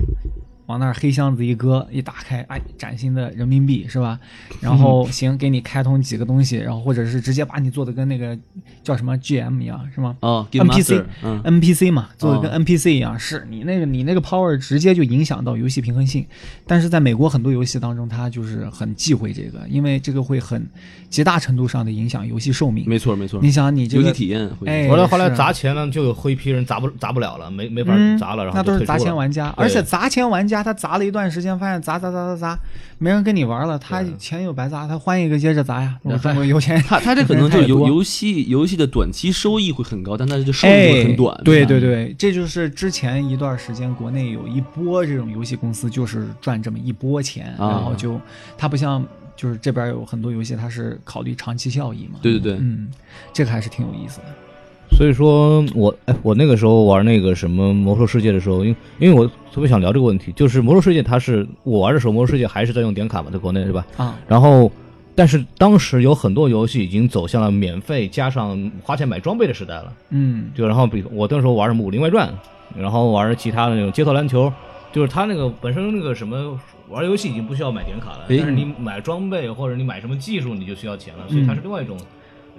往那儿黑箱子一搁，一打开，哎，崭新的人民币是吧？然后行，给你开通几个东西，然后或者是直接把你做的跟那个叫什么 GM 一样，是吗？
哦，Game
NPC，
Master，嗯，
NPC 嘛，做的
哦
跟 NPC 一样，是你那个你那个 power 直接就影响到游戏平衡性。但是在美国很多游戏当中，它就是很忌讳这个，因为这个会很极大程度上的影响游戏寿命。
没错没错，
你想，你这
游戏
个
体验会，
哎
后来后来
是
砸钱呢，就有会一批人砸不砸不了了，没没法
嗯
砸了，然后
那
就
都是
退出
砸钱
了
玩家，
对
而且砸钱玩家他砸了一段时间，发现砸砸砸砸砸，没人跟你玩了，他钱又白砸，他换一个接着砸呀。我中国有钱人
他他这可能就
太多
游游戏游戏的短期收益会很高，但它的寿
哎，
命会很短。
对
吧
对，对，这就是之前一段时间国内有一波这种游戏公司，就是赚这么一波钱，
啊
然后就它不像就是这边有很多游戏，它是考虑长期效益嘛。
对对对，
嗯，这个还是挺有意思的。
所以说我哎，我那个时候玩那个什么《魔兽世界》的时候，因因为我特别想聊这个问题，就是《魔兽世界》它是我玩的时候，《魔兽世界》还是在用点卡嘛，在国内是吧？
啊，
然后，但是当时有很多游戏已经走向了免费加上花钱买装备的时代了。
嗯，
就然后比我那时候玩什么《武林外传》，然后玩其他的那种街头篮球，就是它那个本身那个什么玩游戏已经不需要买点卡了，
诶
哎
但是你买装备或者你买什么技术你就需要钱了，所以它是另外一种，
嗯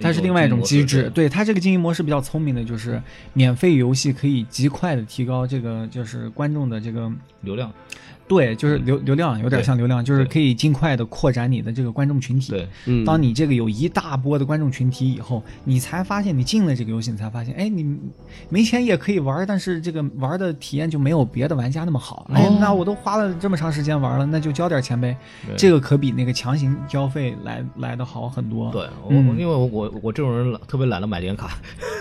它是另外一种机制，
对。
对它这个经营模式比较聪明的，就是免费游戏可以极快的提高这个就是观众的这个
流量，
对，就是流流量有点
对
像流量，就是可以尽快的扩展你的这个观众群体。
对，
嗯
当你这个有一大波的观众群体以后，你才发现你进了这个游戏，你才发现，哎，你没钱也可以玩，但是这个玩的体验就没有别的玩家那么好。哎
哦，
那我都花了这么长时间玩了，那就交点钱呗。
对
这个可比那个强行交费来来的好很多。
对，我、
嗯
我因为我我我这种人懒特别懒得买点卡，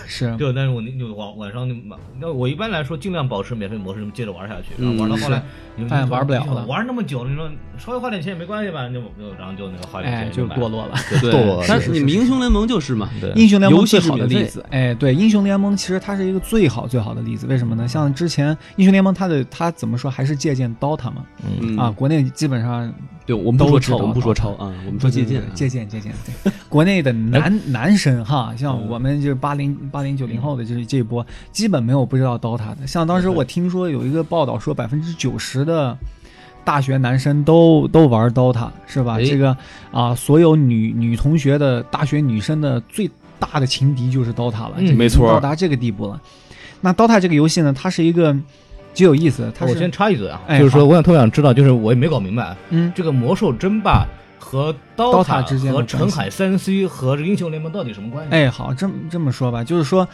是，
对，但是我那就晚晚上就买，那我一般来说尽量保持免费模式，接着玩下去，然后玩到后来，你就
发哎现玩不了了
玩那么久，你说稍微花点钱也没关系吧，就就然后就那个花点
哎，
钱
就
买
堕落了。
对
堕落了
但
是
是你们英雄联盟就是嘛，
对
英雄联盟
游戏
最好的
是免
例
费
子，哎，对，英雄联盟其实它是一个最好最好的例子，为什么呢？像之前英雄联盟它的它怎么说，还是借鉴 DOTA 嘛，
嗯
啊，，国内基本上
对我们不说
都知
抄，
道
我们不说抄啊，我们说
对
借
对
鉴
对
啊，
借鉴借鉴，对，国内的男 (laughs) 男神哈，像我们就是八零八零九零后的这这一波，基本没有不知道 DOTA 的。像当时我听说有一个报道说，百分之九十的大学男生都都玩 DOTA，是吧？
哎
这个啊，所有女女同学的大学女生的最大的情敌就是 DOTA 了，
嗯
这个已经
没错
到达这个地步了。那 DOTA 这个游戏呢，它是一个极有意思的，它
我先
是
插一嘴啊，
哎
就是说，我想特想知道，就是我也没搞明白，
嗯，
这个魔兽争霸和
DOTA 之间的
和
关系
澄海三 C 和这个英雄联盟到底什么
嗯
关系？
哎，好，这么这么说吧，就是说，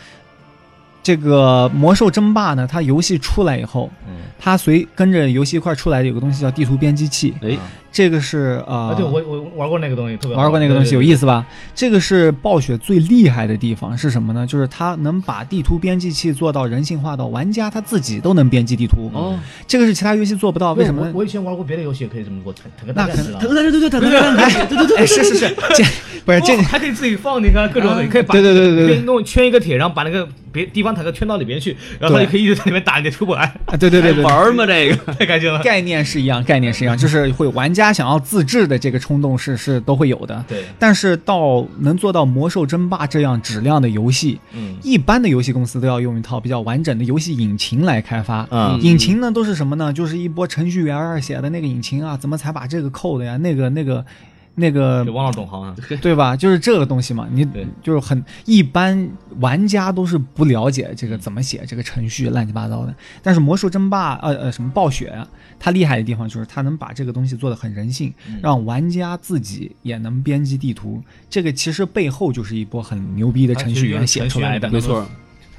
这个《魔兽争霸》呢，它游戏出来以后，
嗯，
它随跟着游戏一块儿出来的有个东西叫地图编辑器，
哎，
这个是呃，
啊，对，我我玩过那个东西，特别好
玩过那个东西有意
思。
思吧？这个是暴雪最厉害的地方是什么呢？就是它能把地图编辑器做到人性化到玩家他自己都能编辑地图，
哦，
这个是其他游戏做不到，
对
为什么
我
呢？
我以前玩过别的游戏也可以这么做，坦坦克
那
大战
可
知道
对对对对对对对对对对，
哎，是是是，这不是呃这
哇还可以自己放那个各种的，
啊
你可以把
对对对对
可
对
以弄圈一个铁，然后把那个别敌方坦克圈到里边去，然后
对
你可以一直在里面打，你就出不来，
啊，对对对对，
玩儿嘛这个，
太开心了。
(laughs) 概念是一样，概念是一样，就是会玩家想要自制的这个冲动是是都会有的。
对，
但是到能做到《魔兽争霸》这样质量的游戏，
嗯
一般的游戏公司都要用一套比较完整的游戏引擎来开发。
啊
引擎呢都是什么呢？就是一波程序员写的那个引擎啊，怎么才把这个扣的呀？那个那个那个
就，王老懂行啊， (laughs)
对吧？就是这个东西嘛，你
对
就是很一般玩家都是不了解这个怎么写这个程序乱七八糟的。但是《魔兽争霸》呃呃什么暴雪啊，它厉害的地方就是它能把这个东西做得很人性，
嗯
让玩家自己也能编辑地图。这个其实背后就是一波很牛逼的程序员写出来的。
它
没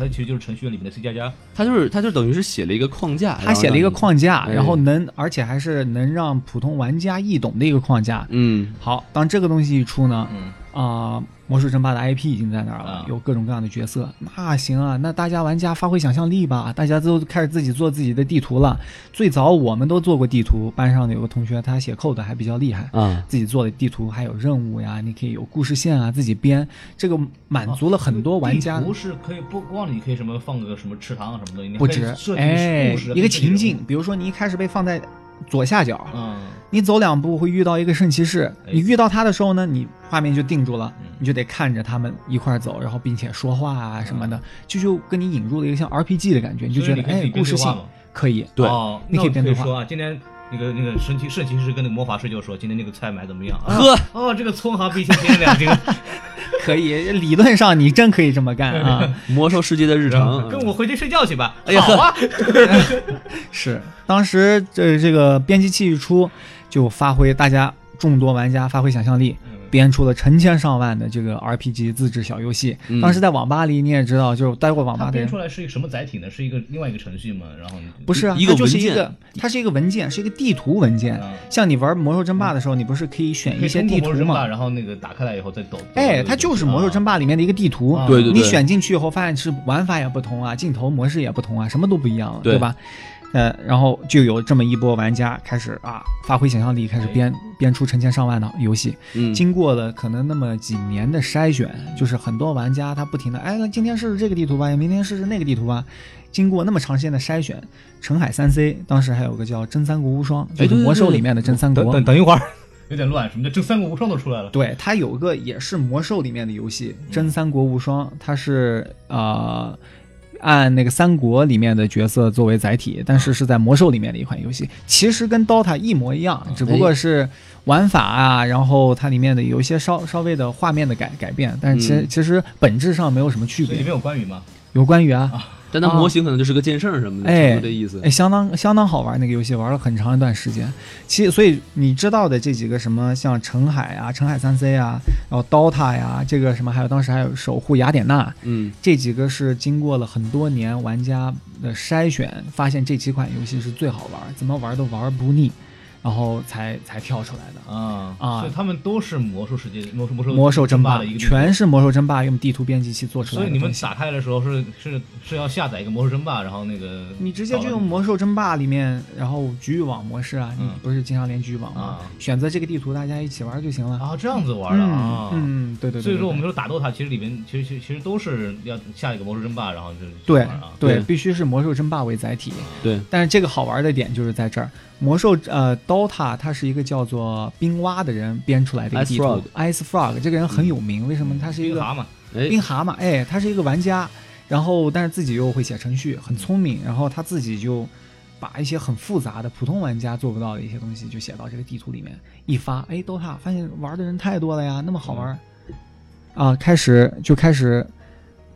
其实就是程序员它其实就
错，
是程序员里面的 C 加加。
他就是他就等于是写了一个框架，
他写了一个，框架，
哎
然后能，而且还是能让普通玩家易懂的一个框架。
嗯，
好，当这个东西一出呢，
嗯，
啊、魔兽争霸的 IP 已经在那儿了，
啊
有各种各样的角色。那行啊，那大家玩家发挥想象力吧，大家都开始自己做自己的地图了。最早我们都做过地图，班上的有个同学他写 code 还比较厉害。
啊，
自己做的地图还有任务呀，你可以有故事线啊，自己编，这个满足了很多玩家。
地图是可以不光你可以什么放个什么池塘啊什么东西，你
不
可以
止
设计
哎
故事，
一个情境，，比如说你一开始被放在左下角，
嗯，
你走两步会遇到一个圣骑士，
哎
你遇到他的时候呢，你画面就定住了
嗯，
你就得看着他们一块儿走，然后并且说话啊什么的，这就跟你引入了一个像 RPG 的感觉，你就觉得
嗯所以你可以
哎，故事性
变化嘛
可以。
对
哦
你
那
可以
我
编
可
对
以
话
说啊，今天。那个那个神奇圣骑士跟那个魔法师就说，今天那个菜买怎么样？啊
呵，
哦，这个葱好像比以前便宜两
(laughs)
斤，
可以，理论上你真可以这
(laughs)
么干啊！
魔兽世界的日
嗯
常，
跟我回去睡觉去吧。
哎呀
好啊，
是，当时这这个编辑器一出，就发挥大家众多玩家发挥想象力，
嗯
编出了成千上万的这个 RPG 自制小游戏。
嗯
当时在网吧里你也知道，就是待过网
它
吧的
编
人
出来是一个什么载体呢？是一个另外一个程序吗？然后你
不是啊，
一个
它就是
文
一
件啊
个，它是一个文件，是一个地图文件
嗯。
像你玩魔兽争霸
嗯
的时候，你不是可以选一些地图嘛？
然后那个打开来以后再抖。啊
哎，它就是魔兽争
霸。
霸里面的一个地图
啊。
对对对，
你选进去以后，发现是玩法也不同啊，镜头模式也不同啊，什么都不一样了，
对
对吧？呃，然后就有这么一波玩家开始啊，发挥想象力，开
哎
始编编出成千上万的游戏。
嗯
经过了可能那么几年的筛选，就是很多玩家他不停的，哎，那今天试试这个地图吧，明天试试那个地图吧。经过那么长时间的筛选，澄海三 C 当时还有个叫《真三国无双》，
哎
就是
对对
魔兽
对
里面的真三
(laughs)
国。
等一会儿，有点乱，什么叫这三国无双都出来了。
对，它有个也是魔兽里面的游戏《真三国无双》，它是呃按那个三国里面的角色作为载体，但是是在魔兽里面的一款游戏，其实跟 DOTA 一模一样，只不过是玩法啊，然后它里面的有一些稍稍微的画面的改改变，但是其实、
嗯
其实本质上没有什么区
所以里
别
面。有关羽吗？
有关羽啊，
但它模型可能就是个剑圣什么
嗯
的，
哎
就这意思。
哎，相当相当好玩那个游戏，玩了很长一段时间。其实，所以你知道的这几个什么，像澄海啊、澄海三 C 啊，然后 DOTA 呀、这个什么，还有当时还有守护雅典娜，
嗯，
这几个是经过了很多年玩家的筛选，发现这几款游戏是最好玩，怎么玩都玩不腻，然后才才跳出来的。
啊
啊
所以他们都是魔兽世界、魔兽魔兽
魔兽争霸
的一个地方
全是魔兽争霸用地图编辑器做出
所
来的
以
东
你
西。
们打开的时候是是是要下载一个魔兽争霸，然后那个
你直接就用
魔
魔兽争霸里面，然后局域网模式啊，
嗯
你不是经常连局域网吗？
啊
选择这个地图，大家一起玩就行了。
啊这样子玩的啊。
嗯嗯，对对对。
所以
对
说我们
对
说打 DOTA 其实里面其实其实其实都是要下一个魔兽争霸，然后就
对
去玩啊。嗯
对
对
必须是魔兽争霸为载体。
对，
但是这个好玩的点就是在这儿，魔兽呃，DOTA 它是一个叫做冰蛙的人编出来的一个
Ice
地图 Ice Frog 这个人很有名，为什么？他是一
冰
个
蛤蟆
哎，
冰蛤蟆，哎，他是一个玩家，然后但是自己又会写程序，很聪明，然后他自己就把一些很复杂的普通玩家做不到的一些东西，就写到这个地图里面一发，哎，DOTA 发现玩的人太多了呀，那么好玩儿，啊，开始就开始。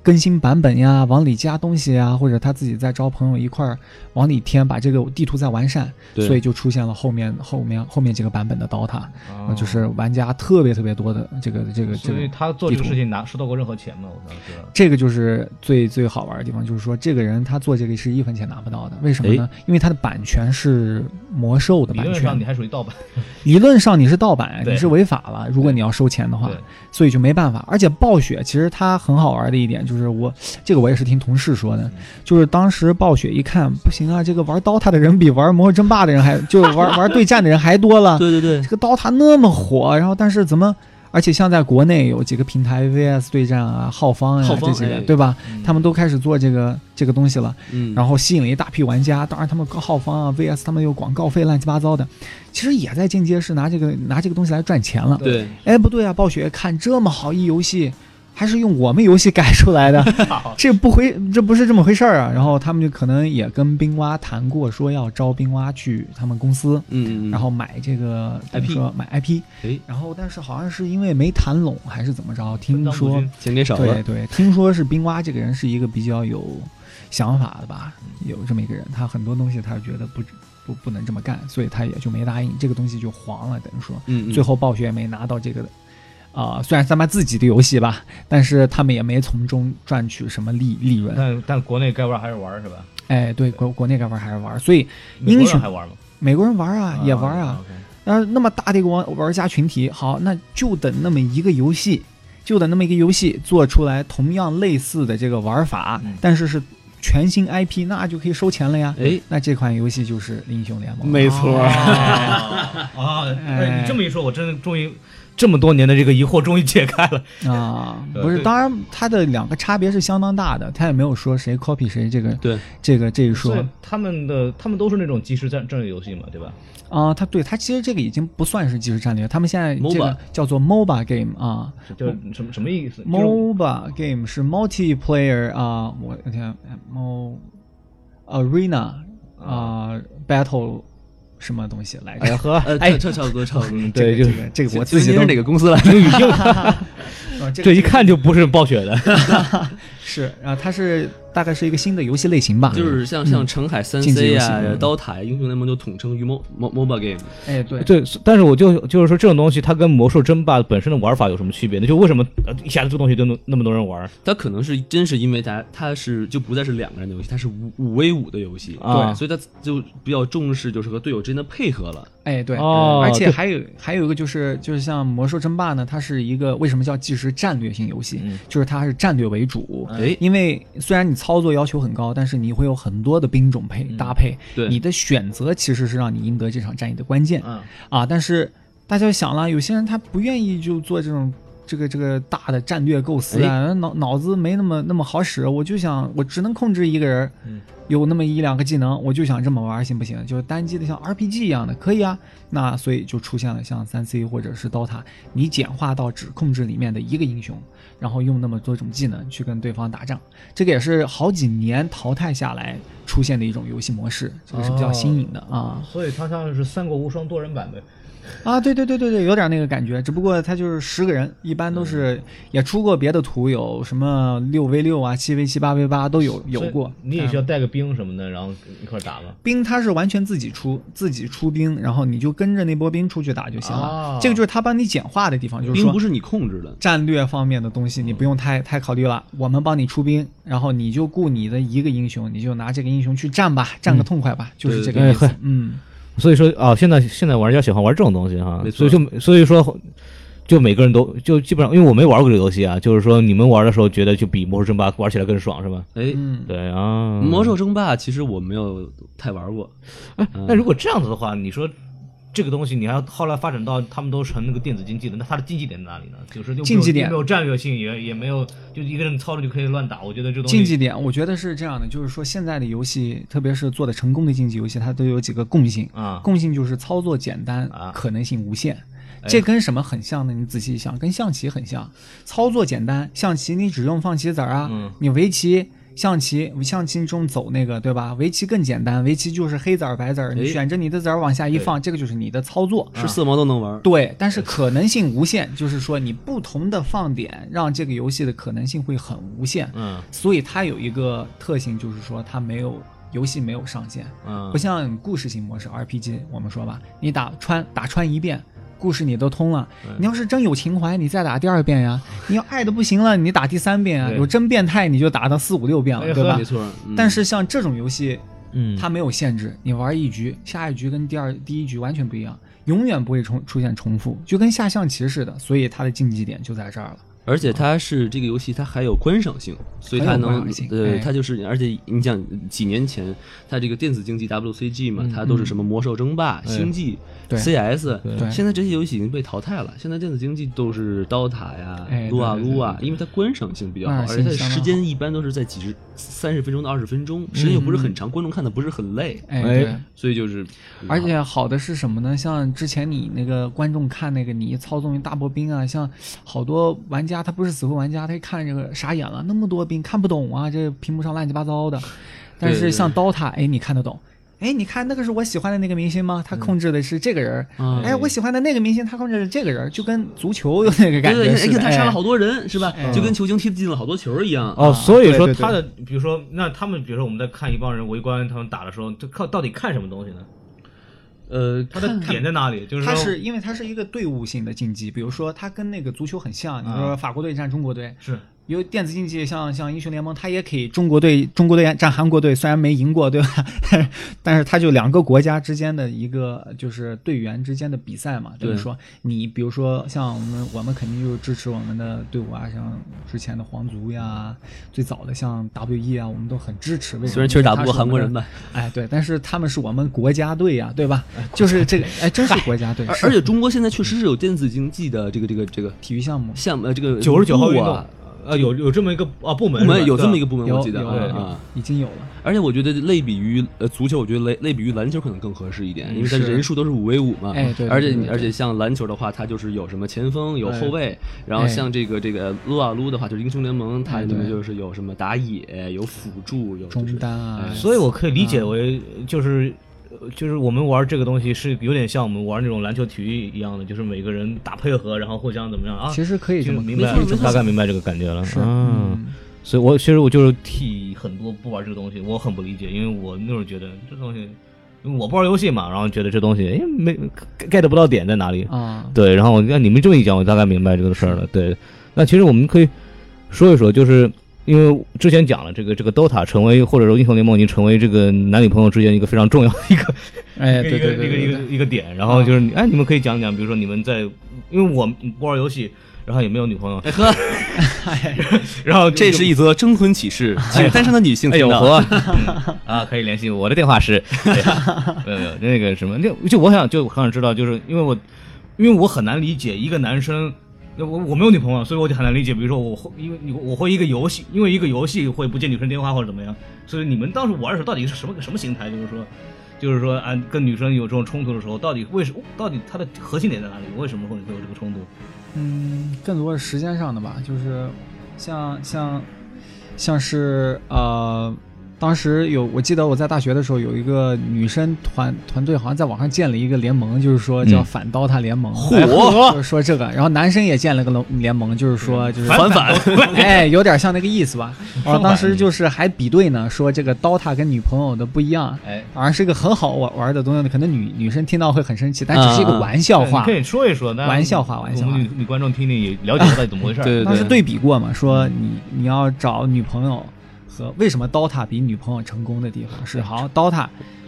更新版本呀，往里加东西呀，或者他自己再招朋友一块儿往里添，把这个地图再完善，
对
所以就出现了后面后面后面几个版本的 DOTA，、呃就是玩家特别特别多的这个这个这
哦所
个
以他做这个
地
事
图
情拿收到过任何钱吗？我当时
这个就是最最好玩的地方，就是说这个人他做这个是一分钱拿不到的，为什么呢？因为他的版权是魔兽的
理
版
论上
权
你，还属于盗版，
理论上你是盗版，
对
你是违法了。如果你要收钱的话
对，，
所以就没办法。而且暴雪其实它很好玩的一点就是我这个我也是听同事说的
嗯，
就是当时暴雪一看不行啊，这个玩 DOTA 的人比玩魔兽争霸的人还就是玩玩对战的人还多了，
对对对
这，个 DOTA 那么火，然后但是怎么？而且像在国内有几个平台 VS 对战啊、浩方呀、
浩方
这些，
哎
对吧？
嗯
他们都开始做这个这个东西了，
嗯，
(laughs) 然后吸引了一大批玩家。当然，他们各浩方啊、VS 他们有广告费，乱七八糟的，其实也在进阶是拿这个拿这个东西来赚钱了。
对，
哎，不对啊，暴雪看这么好一游戏，还是用我们游戏改出来的， (laughs)
(laughs)
这不回这不是这么回事儿啊。然后他们就可能也跟冰蛙谈过，说要招冰蛙去他们公司，
嗯嗯，
然后买这个怎么
IP
说买 IP，
哎，
然后但是好像是因为没谈拢还是怎么着，听
分
说
赃不均
钱给少
对
了，
对，听说是冰蛙这个人是一个比较有想法的吧，有这么一个人，他很多东西他觉得不不不能这么干，所以他也就没答应，这个东西就黄了，等于说
嗯，嗯
最后暴雪也没拿到这个的。啊、虽然是他们自己的游戏吧，但是他们也没从中赚取什么利利润。
但但国内该玩还是玩是吧？
哎，对，国国内该玩还是玩，所以
美国
英雄
人还玩吗？
美国人玩啊，也玩啊，
，OK，
然后那么大的一个玩玩家群体，好，那就等那么一个游戏，就等那么一个游戏做出来同样类似的这个玩法，
嗯
但是是全新 IP，那就可以收钱了呀。
哎，
那这款游戏就是《英雄联盟》，
没错
哦
儿，
啊啊！ (laughs) 哎
哎
你这么一说，我真的终于这么多年的这个疑惑终于解开了。
啊，
对
不是，
对
当然它的两个差别是相当大的，它也没有说谁 copy 谁这个
对
这个这一
所
说
以他们的他们都是那种即时战战略游戏嘛，对吧？
啊，它对它其实这个已经不算是即时战略，他们现在这
MOBA
个叫做 MOBA game 啊
就是什么什么意思？就是
，MOBA game 是 multiplayer 啊，我的天，mo arena 啊 battle 什么东西来着？
(laughs) 呵，
呃，
哎
跳跳歌，唱歌，
对，
(laughs) 这
就
个这个这个我
今
自己
天
都
是哪个公司
(laughs)
来？
英语硬，
啊这
这一看就不是暴雪的。
是啊，它是大概是一个新的游戏类型吧？
就是像像澄海三
竞技
C
嗯游戏
啊、
嗯
刀塔、英雄联盟就统称于 mo mo MOBA game。
哎对
(laughs) 对，但是我就就是说，这种东西它跟魔兽争霸本身的玩法有什么区别呢？就为什么呃一下子这东西都能那么多人玩
它可能是真是因为它它是就不再是两个人的游戏，它是五五 v 五的游戏，
啊
对，所以它就比较重视就是和队友之间的配合了。
哎对。
哦，
而且
对
还有还有一个就是就是像魔兽争霸呢，它是一个为什么叫即时战略性游戏？
嗯
就是它是战略为主，
哎，
因为虽然你操作要求很高，但是你会有很多的兵种配搭配，
对
你的选择其实是让你赢得这场战役的关键、
嗯
啊。但是大家想了，有些人他不愿意就做这种。这个这个大的战略构思啊，脑脑子没那么那么好使，我就想我只能控制一个人，
嗯
有那么一两个技能，我就想这么玩，行不行？就是单机的像 RPG 一样的，可以啊。那所以就出现了像三 C 或者是 DOTA，你简化到只控制里面的一个英雄，然后用那么多种技能去跟对方打仗，这个也是好几年淘汰下来出现的一种游戏模式，这个是比较新颖的啊。
所以它像是三国无双多人版呗。
啊，对对对对对，有点那个感觉，只不过它就是十个人，一般都是也出过别的图，有什么六 v 六啊、七 v 七、八 v 八都有有过。
你也需要带个兵什么的，然后一块儿打吗？
兵它是完全自己出，自己出兵，然后你就跟着那波兵出去打就行了。
啊
这个就是它帮你简化的地方，就是
兵
说
不是你控制的，
战略方面的东西你不用太太考虑了，我们帮你出兵，然后你就雇你的一个英雄，你就拿这个英雄去战吧，战
嗯
个痛快吧，就是这个意
对
思
对。
嗯，
哎所以说啊，现在现在玩家喜欢玩这种东西哈
没，
所
错
以就所以说，就每个人都就基本上，因为我没玩过这个游戏啊，就是说你们玩的时候觉得就比魔兽争霸玩起来更爽是吧？
哎，
嗯，
对啊，
魔兽争霸其实我没有太玩过，
哎，那如果这样子的话，你说这个东西，你还要后来发展到他们都成那个电子竞技了，那它的竞技点在哪里呢？就是又没有
竞技点
又没有战略性，也也没有，就一个人操着就可以乱打。我觉得这东西
竞技点我觉得是这样的，就是说现在的游戏，特别是做的成功的竞技游戏，它都有几个共性。
啊，
共性就是操作简单，
啊哎
可能性无限。这跟什么很像呢？你仔细一想，跟象棋很像，操作简单。象棋你只用放棋子儿啊，
嗯
你围棋。象棋，象棋中走那个，对吧？围棋更简单，围棋就是黑子儿白子儿，你
哎
选着你的子儿往下一放，这个就是你的操作。
啊
是色盲都能玩。
啊对，但是可能性无限，就是说你不同的放点，让这个游戏的可能性会很无限。
嗯
所以它有一个特性，就是说它没有游戏没有上限。
嗯
不，像故事型模式 RPG，我们说吧，你打穿打穿一遍，故事你都通了。你要是真有情怀，你再打第二遍
(laughs)
呀；你要爱的不行了，你打第三遍啊。
对
有真变态，你就打到四五六遍
哎
了，对吧
没？错，嗯
但是像这种游戏，
嗯
它没有限制，你玩一局，下一局跟第二第一局完全不一样，永远不会重出现重复，就跟下象棋似的。所以它的竞技点就在这儿了。
而且它是这个游戏，它还有观赏性，所以它
很有观
能
赏性
对
哎
它就是，而且你讲几年前它这个电子竞技 WCG 嘛，它都是什么魔兽争霸、星际、
嗯哎对
CS，
对
现在这些游戏已经被淘汰了。现在电子竞技都是刀塔呀
哎、
撸啊
对对对
撸啊，因为它观赏性比较
观
好，而
赏性
且它
相当
时间一般都是在几十、三十分钟到二十分钟，时间又不是很长，观众看的不是很累，
嗯哎，
哎
对。
所以就是，嗯
而且好的是什么呢？像之前你那个观众看那个你操纵一大波兵啊，像好多玩家他不是死灰玩家，他一看这个傻眼了，那么多兵看不懂啊，这屏幕上乱七八
(laughs)
糟的。但
对
是
对
像刀塔，哎，你看得懂。哎，你看那个是我喜欢的那个明星吗？他控制的是这个人儿。
嗯
哎，我喜欢的那个明星，他控制的这个人儿，就跟足球有那个
对
感
对，
觉
哎，
似
你
的。
看他杀了好
哎
多人是吧？就跟球星踢进了好多球一样。
哦，所以
对
说
对对
他的，比如说，那他们，比如说我们在看一帮人围观他们打的时候，就看到底看什么东西呢？
呃，
他的点在哪里？就是
它
说
是因为它是一个队伍性的竞技，比如说它跟那个足球很像，你
嗯
说法国队战中国队，
是
有电子竞技像，像英雄联盟，它也可以中国队中国队战韩国队，虽然没赢过，对吧？ (laughs) 但是它就两个国家之间的一个就是队员之间的比赛嘛。等于
对
说你比如说像我们，我们肯定就是支持我们的队伍啊，像之前的皇族呀，最早的像 WE 啊，我们都很支持。为什么
虽然确实打不过韩国人
吧
吧，
哎，对，但是他们是我们国家队呀、对吧？就是这个，哎，真是国家队，
而
是
而且中国现在确实是有电子竞技的这个这个这个
体育项目。
项目，呃，这个
九十九号运
部
动
啊，
呃，有有这么一个啊部门
部
是吧，
门有这么一
个
个部门，
有
我记得
有
啊
有
啊。
已经有了，
而且我觉得类比于呃足球，我觉得类类比于篮球可能更合适一点，因为它
嗯是
人数都是五 v 五嘛。
哎对对
而且
对对
你
对
而且像篮球的话，它就是有什么前锋，有后卫，然后像这个这个撸啊撸的话，就是英雄联盟，它
哎
里
对
面就是有什么打野，有辅助，有就是哎
中单啊，
哎所以我可以理解为就是。呃就是我们玩这个东西是有点像我们玩那种篮球体育一样的，就是每个人打配合，然后互相怎么样啊？
其实可以这
就
么
明白
可以这，么
大概明白这个感觉了。
是
嗯，所以我其实我就是替很多不玩这个东西，我很不理解，因为我那时候觉得这东西，因为我不玩游戏嘛，然后觉得这东西哎没 get 不到点在哪里。
啊，
对，然后我让你们这么一讲，我大概明白这个事儿了。对，那其实我们可以说一说，就是因为之前讲了这个这个 DOTA 成为或者说英雄联盟已经成为这个男女朋友之间一个非常重要的一个
(laughs) 哎，
一
对
个
对对
一个
对
一
对
个一个点。然后就是你哎，你们可以讲讲，比如说你们在因为我不玩游戏，然后也没有女朋友，(laughs)
哎呵，
哎
然后
这是
一。
一则征婚启
(laughs)
事，请单身的女性
哎
听
呦
到。
呵、嗯 (laughs) 啊，可以联系我，我的电话
(laughs)
是，对没有没有那个什么，那就我想就我想知道，就是因为我因为我很难理解一个男生，那我我没有女朋友，所以我就很难理解，比如说我会因为你我会一个游戏，因为一个游戏会不接女生电话或者怎么样，所以你们当时玩的时候到底是什么什么心态？就是说。就是说，啊，跟女生有这种冲突的时候，到底为什么？到底它的核心点在哪里？为什么会会有这个冲突？
嗯，更多是时间上的吧，就是像像像是呃，当时有，我记得我在大学的时候有一个女生团团队，好像在网上建了一个联盟，就是说叫
嗯
反刀塔联盟，
嚯
就是说这个。然后男生也建了个联联盟，就是说
(laughs)
就是
反反，
哎，有点像那个意思吧。然后当时
反
就是还比对呢，说这个 DOTA 跟女朋友的不一样，
哎，
好像是一个很好玩玩的东西，可能女女生听到会很生气，但只是一
啊啊
个玩笑话。
你可以说一说，那
玩笑话玩笑话
我们女女观众听听也了解一下到底怎么回事儿。
对
当时 (laughs) 对比过嘛，说你你要找女朋友和为什么 DOTA 比女朋友成功的地方是，好 DOTA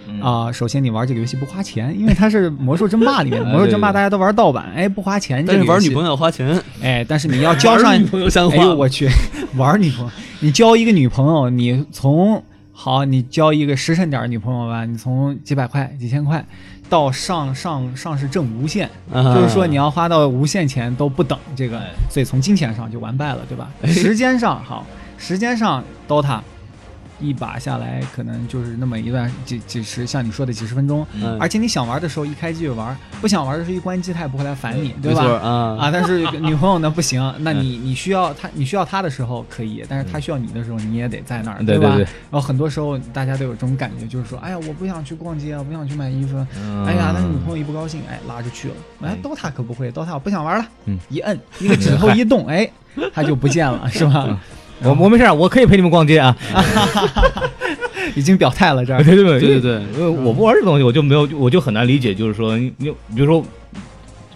嗯，
啊、首先你玩这个游戏不花钱，因为它是魔兽争霸里
(laughs)
面的，
哎
魔兽争霸
对对
大家都玩盗版，哎，不花钱。
但是玩女朋
友，
友要花
(laughs)
钱，
哎，但是你要交上
玩女朋友像
哎
话
呦
吗，
我去， (laughs) 玩女朋友，你交一个女朋友，你从好，你交一个实诚点儿女朋友吧，你从几百块、几千块到上上上是挣无限，
啊
就是说你要花到无限钱都不等这个
哎，
所以从金钱上就完败了，对吧？
哎
时间上好，时间上 DOTA 一把下来可能就是那么一段几几十，像你说的几十分钟，
嗯
而且你想玩的时候一开机就玩，不想玩的时候一关机它也不会来烦你，对
没
吧？
错啊
啊，但是女朋友呢不行，那
嗯
你你需要她，你需要她的时候可以，但是她需要你的时候，你也得在那儿，
对
吧？
对对
然后很多时候大家都有这种感觉，就是说，哎呀，我不想去逛街，我啊不想去买衣服，
嗯
哎呀，但是女朋友一不高兴，哎，拉着去了。哎
哎
，DOTA 可不会，DOTA 我不想玩了，
嗯
一摁一个指头一动，哎，她就不见了，是
嗯
吧？
我我没事儿，我可以陪你们逛街啊。
已经表态了这儿
对，对对
对对对，
因为
嗯
我不玩这东西，我就没有，我就很难理解，就是说，你你比如说。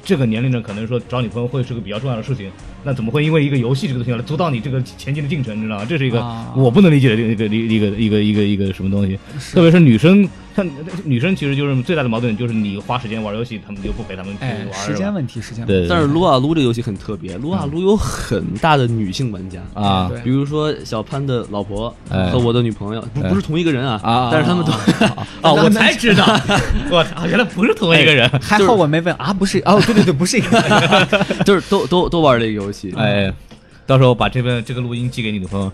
这个年龄呢，可能说找女朋友会是个比较重要的事情，那怎么会因为一个游戏这个东西来阻挡你这个前进的进程？你知道吗？这是一个
啊
我不能理解的一个一个一个一个一个什么东西。特
是
别是女生，像女生其实就是最大的矛盾，就是你花时间玩游戏，他们就不陪他们去玩
哎
儿，，
时
是
间
吧
问题，时间问
对，
题。
嗯
但是撸啊撸这个游戏很特别，撸啊撸有很大的女性玩家。
啊，
对
比如说小潘的老婆
哎
和我的女朋友，不
哎
不是同一个人啊
啊，
但是他们都
啊，我才知道，我操，原来不是同一个人，
还好我没问啊，不是哦，对对对，不是一
(laughs)
个人，
(laughs) 就是都都都玩这个游戏，
哎，到时候把这份这个录音寄给你女朋友，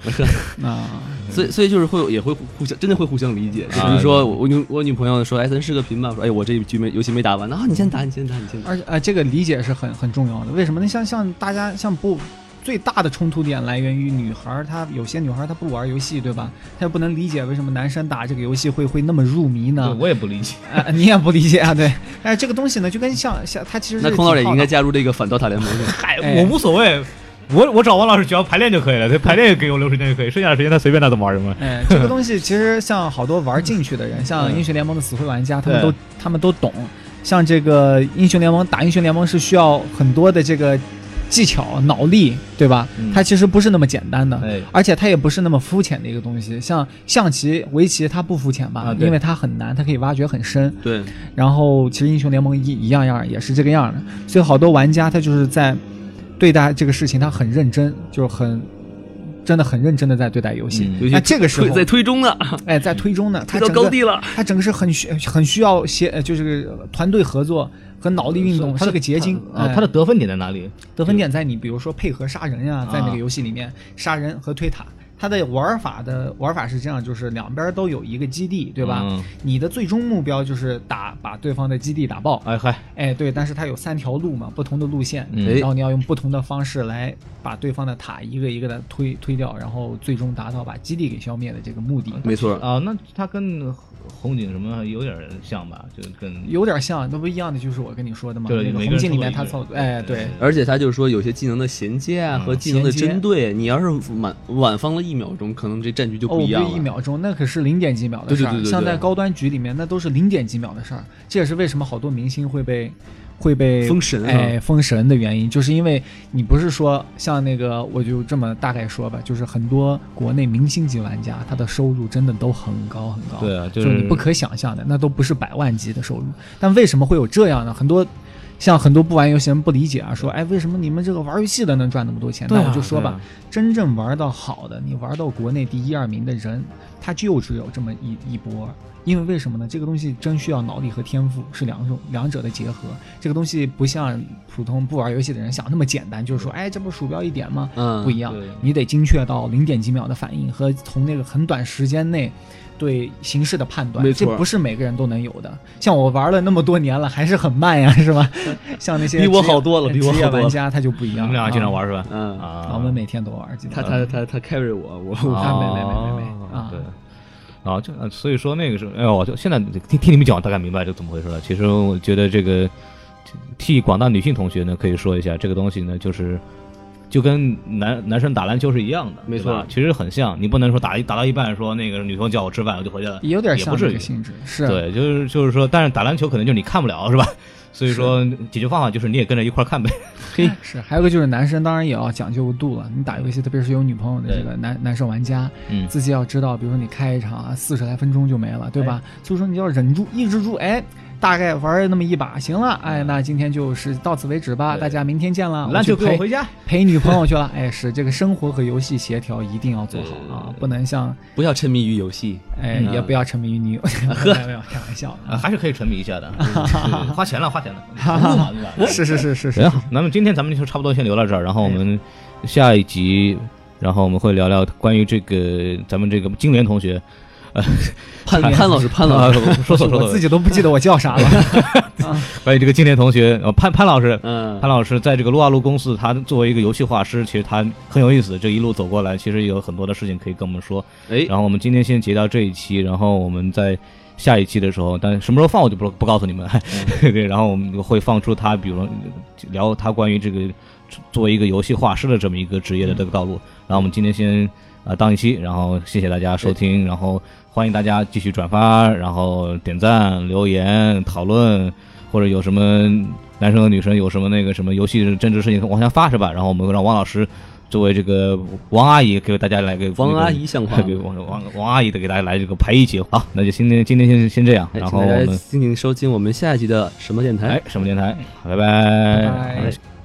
啊，
所以所以就是会有也会互相真的会互相理解，就
啊
比如说我我女我女朋友说，哎，咱视个频吧，我说哎我这一局没游戏没打完，那啊你先打你先打你先打，
而且呃，这个理解是很很重要的。为什么呢？像像大家像不最大的冲突点来源于女孩儿，她有些女孩儿她不玩游戏，对吧？她又不能理解为什么男生打这个游戏会会那么入迷呢？
我也不理解，
啊、你也不理解啊，对。但是这个东西呢，就跟像像它其实是
那空老
挺
也
靠
应该
脑
加入这个反刀塔联盟，
嗨，
哎
我无所谓。我我找王老师只要排练就可以了，他排练给我留时间就可以，剩下的时间他随便他怎么玩什么。 (laughs)
哎，这个东西其实像好多玩进去的人，像英雄联盟的死灰玩家，他
嗯
们
对
都他们都懂。像这个英雄联盟打英雄联盟是需要很多的这个技巧、脑力，对吧？
嗯
它其实不是那么简单的
哎，
而且它也不是那么肤浅的一个东西。像象棋、围棋，它不肤浅吧
啊？对
因为它很难，它可以挖掘很深。
哎
对，
然后其实英雄联盟一一样样也是这个样的，所以好多玩家他就是在对待这个事情，他很认真，就是很真的很认真的在对待游戏。
嗯
尤其
那这个时候
推，在推中呢，
哎，在推中呢，他
推 (laughs) 到
整
高
个
地了，
他整个是很需很需要协，呃就是团队合作和脑力运动，
他
是
的
个结晶。
啊，
哎
他的得分点在哪里？
得分点在你，比如说配合杀人呀、在那
啊
个游戏里面杀人和推塔。它的玩法的玩法是这样，就是两边都有一个基地，对吧？
嗯
你的最终目标就是打把对方的基地打爆，
哎嗨，
哎，对，但是它有三条路嘛，不同的路线，
嗯
然后你要用不同的方式来把对方的塔一个一个的推推掉，然后最终达到把基地给消灭的这个目的。
没错，
啊，那他跟红警什么有点像吧？就跟
有点像，那不一样的就是我跟你说的嘛，
对
那个
每个
红
人
警里
凑
面
一
它
个
操，哎，对，
而且他就是说，有些技能的衔接啊
嗯
和技能的
衔接
针对，你要是晚晚放了一秒钟，可能这战局就
哦，
不一样
一
了。
秒钟，那可是零点几秒的
对对
事儿。
对对对
像在高端局里面，那都是零点几秒的事儿。这也是为什么好多明星会被会被
封神啊
哎，封神的原因，就是因为你不是说像那个，我就这么大概说吧，就是很多国内明星级玩家，他的收入真的都很高很高，
对啊
就
就是
你不可想象的，那都不是百万级的收入。但为什么会有这样呢？很多。像很多不玩游戏人不理解啊，说哎，为什么你们这个玩游戏的能赚那么多钱？
对啊
那我就说
对
吧，
啊
真正玩到好的，你玩到国内第一二名的人，他就只有这么一一波。因为为什么呢？这个东西真需要脑力和天赋，是两种两者的结合。这个东西不像普通不玩游戏的人想那么简单，就是说，哎，这不是鼠标一点吗？
嗯，
不一样
对，
你得精确到零点几秒的反应和从那个很短时间内对形势的判断
没，
这
错
不是每个人都能有的。像我玩了那么多年了，还是很慢呀，是
(laughs)
吧？像那些
比我
职业呃
好多了比我
职业
好多
玩
了
家他就不一
你
样。
们俩经常
啊
玩是吧？
嗯
啊，
啊，我们每天都玩，基本
他
上
嗯他他他 carry 我，我
啊
没没没没没啊
对，啊，就呃所以说那个时候，哎呦，我就现在听听你们讲，我大概明白这怎么回事了。其实我觉得这个替广大女性同学呢，可以说一下这个东西呢，就是就跟男男生打篮球是一样的，
没
对吧
错
其实很像。你不能说打一打到一半说那个女朋友叫我吃饭，我就回去了，
也有点
也
像
不
这
至于
个。性质，是啊哎
对，就是就是说，但是打篮球可能就你看不了是吧？所以说解决方法就是你也跟着一块儿看呗。 (laughs)
嘿，是，还有个就是男生当然也要讲究度了。你打游戏，特别是有女朋友的这个男男生玩家，
嗯，哎
自己要知道，比如说你开一场啊，四十来分钟就没了，对吧？所以说你要忍住、抑制住，哎，大概玩那么一把，行了，哎，那今天就是到此为止吧，
嗯对
大家明天见了。
篮球
去
给我
陪
回家。
陪女朋友去了， (laughs) 哎，是这个生活和游戏协调一定要做好啊，不能像
不要沉迷于游
(laughs)
戏，
哎，
嗯
也不要沉迷于女
(laughs)
友，没有没有，开玩笑
啊，
的。
还是可以沉迷一下
(laughs)
的，对花钱了，花钱了， (laughs) 完了。
是是是是
行
是，，
那么今天咱们就差不多先聊到这儿，然后我
哎
们下一集，然后我们会聊聊关于这个咱们这个金莲同学，
潘
潘
潘老师，潘
啊
老师，，
(laughs) 说错
我
说
自
错，
己都不记得我叫啥了。
关于这个金莲同学，呃，潘潘老师。
嗯，
潘老师在这个撸啊撸公司，他作为一个游戏画师，其实他很有意思。这一路走过来，其实有很多的事情可以跟我们说。
哎，
然后我们今天先截到这一期，然后我们在下一期的时候，但什么时候放我就不不告诉你们。(laughs)
嗯
对，然后我们会放出他，比如聊他关于这个作为一个游戏画师的这么一个职业的这个道路。然后我们今天先呃当一期，然后谢谢大家收
嗯
听，然后欢迎大家继续转发，然后点赞、留言、讨论，或者有什么男生和女生有什么那个什么游戏政治事情往下发是吧？然后我们会让王老师。作为这个王阿姨，给大家来个
王阿姨像话
(laughs) 给王王王阿姨的给大家来这个排一起。好，那就今天今天先先这样，
哎
然
请
后
大
我
家
们哎
敬请收听我们下一集的什么电台
哎。什么电台，拜拜
拜拜